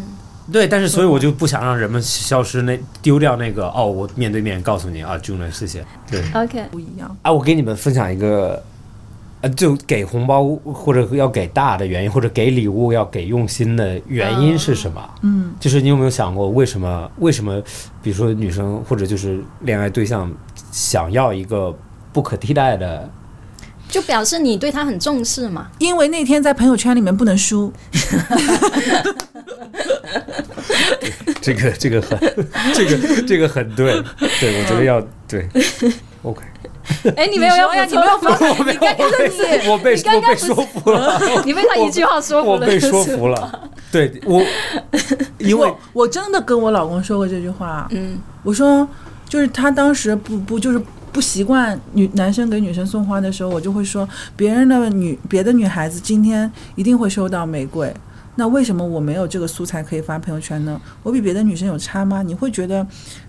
Speaker 3: 对，但是所以我就不想让人们消失那丢掉那个哦，我面对面告诉你啊，Juno，谢谢。对
Speaker 1: OK，
Speaker 2: 不一样，
Speaker 3: 啊，我给你们分享一个，呃，就给红包或者要给大的原因，或者给礼物要给用心的原因是什么？
Speaker 2: 嗯，
Speaker 3: 就是你有没有想过为什么为什么，比如说女生或者就是恋爱对象想要一个不可替代的？
Speaker 1: 就表示你对他很重 视嘛。
Speaker 2: 因为那天在朋友圈里面不能输，
Speaker 3: 这个这个很这个这个很对，对我觉得要对，OK。
Speaker 1: 哎，你没有要
Speaker 2: 你说呀
Speaker 1: 补充
Speaker 2: 你没有
Speaker 1: 吗？
Speaker 3: 我没有，我被我被说服 了，
Speaker 1: 你被他一句话说服
Speaker 3: 我
Speaker 1: 了。
Speaker 3: 被说服了。对我，因为
Speaker 2: 我我真的跟我老公说过这句话，
Speaker 1: 嗯
Speaker 2: 我说就是他当时不不就是。不习惯女男生给女生送花的时候，我就会说别人的女别的女孩子今天一定会收到玫瑰，那为什么我没有这个素材可以发朋友圈呢？我比别的女生有差吗？你会觉得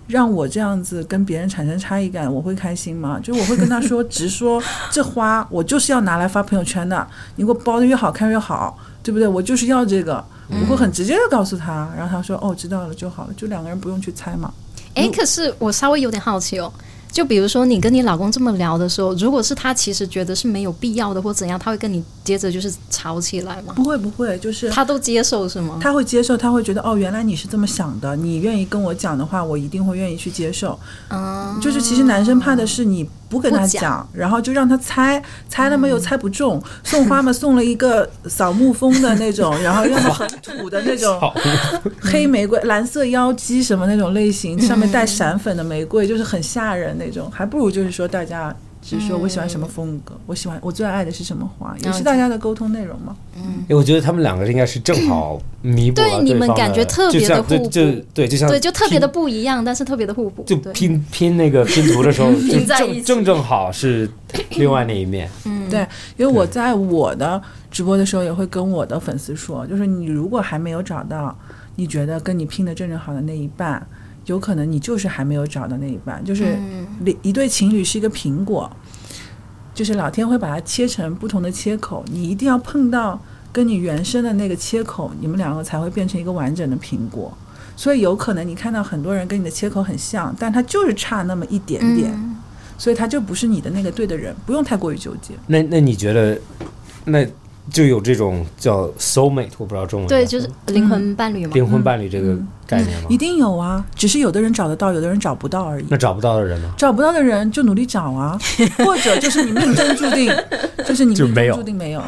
Speaker 2: 让我这样子跟别人产生差异感，我会开心吗？ 就是我会跟他说，直说这花我就是要拿来发朋友圈的，你给我包的越好看越好，对不对？我就是要这个，
Speaker 1: 嗯
Speaker 2: 我会很直接的告诉他，然后他说哦知道了就好了，就两个人不用去猜嘛。
Speaker 1: 哎，可是我稍微有点好奇哦。就比如说你跟你老公这么聊的时候，如果是他其实觉得是没有必要的或怎样，他会跟你接着就是吵起来吗？
Speaker 2: 不会不会，就是
Speaker 1: 他都接受是吗？
Speaker 2: 他会接受，他会觉得哦，原来你是这么想的，你愿意跟我讲的话，我一定会愿意去接受。
Speaker 1: 啊，
Speaker 2: 就是其实男生怕的是你不跟他
Speaker 1: 不
Speaker 2: 讲，
Speaker 1: 讲嗯
Speaker 2: 然后就让他猜，猜了嘛又猜不中，送花嘛送了一个扫墓风的那种，然后又 很土的那种
Speaker 3: 好，
Speaker 2: 黑玫瑰、蓝色妖姬什么那种类型，上面带闪粉的玫瑰，就是很吓人那种，还不如就是说大家只是说我喜欢什么风格，我喜欢我最爱的是什么花，也是大家的沟通内容嘛。
Speaker 3: 哎我觉得他们两个应该是正好弥补了
Speaker 1: 对你们
Speaker 3: 方
Speaker 1: 感觉特别
Speaker 3: 就像
Speaker 1: 地互补
Speaker 3: 就就对，就像
Speaker 1: 对，就特别的
Speaker 3: 拼
Speaker 1: 不一样，但是特别的互补。
Speaker 3: 就
Speaker 1: 对
Speaker 3: 拼拼那个拼图的 时候，就
Speaker 1: 拼在一
Speaker 3: 正
Speaker 1: 起
Speaker 3: 正正好是另外那一 面。
Speaker 2: 对，因为我在我的直播的时候也会跟我的粉丝说，就是你如果还没有找到你觉得跟你拼的正正好的那一半，有可能你就是还没有找到那一半，就是里一对情侣是一个苹果，就是老天会把它切成不同的切口，你一定要碰到跟你原生的那个切口，你们两个才会变成一个完整的苹果。所以有可能你看到很多人跟你的切口很像，但他就是差那么一点点，
Speaker 1: 嗯
Speaker 2: 所以他就不是你的那个对的人，不用太过于纠结。
Speaker 3: 那那你觉得，那就有这种叫 soul mate，我不嗯知道中文
Speaker 1: 对，嗯
Speaker 3: 叫
Speaker 1: 就是
Speaker 3: 什么
Speaker 1: 灵魂伴侣嘛。
Speaker 3: 灵魂伴侣这个概念吗
Speaker 2: 一？定有啊，只是有的人找得到，有的人找不到而已
Speaker 3: 那。找不到的人呢？
Speaker 2: 找不到的人就努力找 啊，或者就是你命中注定，就是你
Speaker 3: 就
Speaker 2: 命
Speaker 3: 没有
Speaker 2: 中注定没有。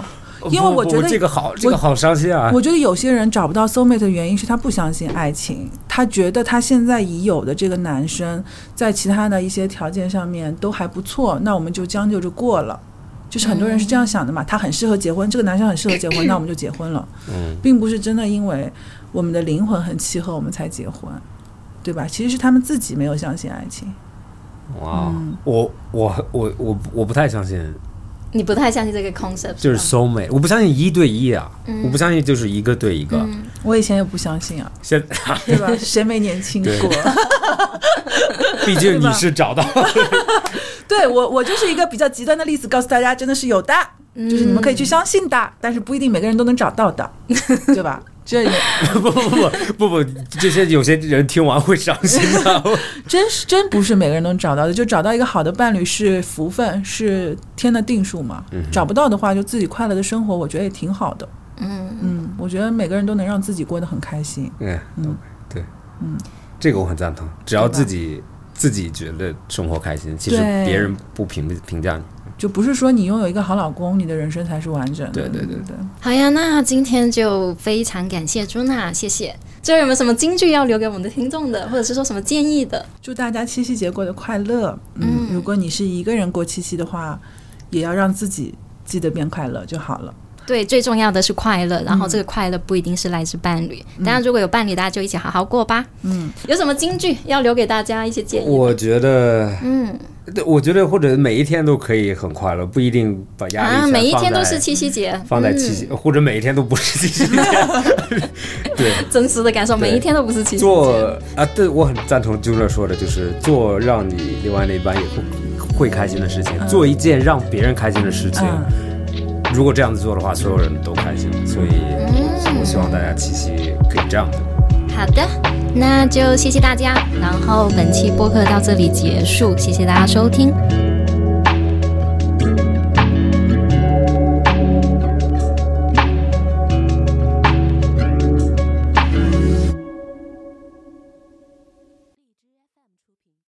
Speaker 2: 因为
Speaker 3: 哦不
Speaker 2: 我觉得
Speaker 3: 不这个好，这个好伤心啊！
Speaker 2: 我觉得有些人找不到 soul mate 的原因是他不相信爱情，他觉得他现在已有的这个男生，在其他的一些条件上面都还不错，那我们就将就着过了。就是很多人是这样想的嘛，他很适合结婚，这个男生很适合结 婚，那我们就结婚了，
Speaker 3: 嗯，
Speaker 2: 并不是真的因为我们的灵魂很契合我们才结婚，对吧？其实是他们自己没有相信爱情。
Speaker 3: 哇，
Speaker 1: 嗯
Speaker 3: 我我我我我不太相信，
Speaker 1: 你不太相信这个 concept，
Speaker 3: 就是
Speaker 1: 吧
Speaker 3: soul mate，我不相信一对一啊，
Speaker 1: 嗯
Speaker 3: 我不相信就是一个对一个。
Speaker 2: 我以前也不相信啊，
Speaker 3: 现
Speaker 2: 对 吧？谁没年轻过？
Speaker 3: 毕竟你是找到
Speaker 2: 对我，我就是一个比较极端的例子，告诉大家真的是有的，就是你们可以去相信的，但是不一定每个人都能找到的，对吧？这也
Speaker 3: 不不不 不不，这些有些人听完会伤心 的。
Speaker 2: 真是真不是每个人都能找到的，就找到一个好的伴侣是福分，是天的定数嘛。
Speaker 3: 嗯
Speaker 2: 找不到的话，就自己快乐的生活，我觉得也挺好的。
Speaker 1: 嗯，
Speaker 2: 嗯，我觉得每个人都能让自己过得很开心。
Speaker 3: 嗯，对，嗯，这个我很赞同，只要自己自己觉得生活开心，其实
Speaker 2: 对
Speaker 3: 别人不评评价你。
Speaker 2: 就不是说你拥有一个好老公，你的人生才是完整的。
Speaker 3: 对对对
Speaker 2: 对，
Speaker 1: 好呀，那今天就非常感谢朱娜，谢谢。最后有没有什么金句要留给我们的听众的，或者是说什么建议的？
Speaker 2: 祝大家七夕节过得快乐。嗯，如果你是一个人过七夕的话，也要让自己记得变快乐就好了。
Speaker 3: 嗯
Speaker 1: 对，最重要的是快乐，然后这个快乐不一定是来自伴侣，
Speaker 3: 嗯
Speaker 1: 当然如果有伴侣，大家就一起好好过吧。嗯，有什么金句要留给大家一些建议？
Speaker 3: 我觉得，
Speaker 1: 嗯
Speaker 3: 对我觉得或者每一天都可以很快乐，不一定把压力
Speaker 1: 啊，
Speaker 3: 全
Speaker 1: 每一
Speaker 3: 放
Speaker 1: 天都
Speaker 3: 在
Speaker 1: 是七夕节，嗯
Speaker 3: 放在七夕，或者每一天都不是 七夕节。对，
Speaker 1: 真实的感受，每一天都不是七夕
Speaker 3: 做
Speaker 1: 节。
Speaker 3: 啊，对我很赞同 Juna 说的，就是做让你另外那一半也会会开心的事情，做一件让别人开心的事情。
Speaker 2: 嗯
Speaker 3: 如果这样子做的话，所有人都开心。所以，我希望大家七夕可以这样做。
Speaker 1: 好的，那就谢谢大家，然后本期播客到这里结束，谢谢大家收听，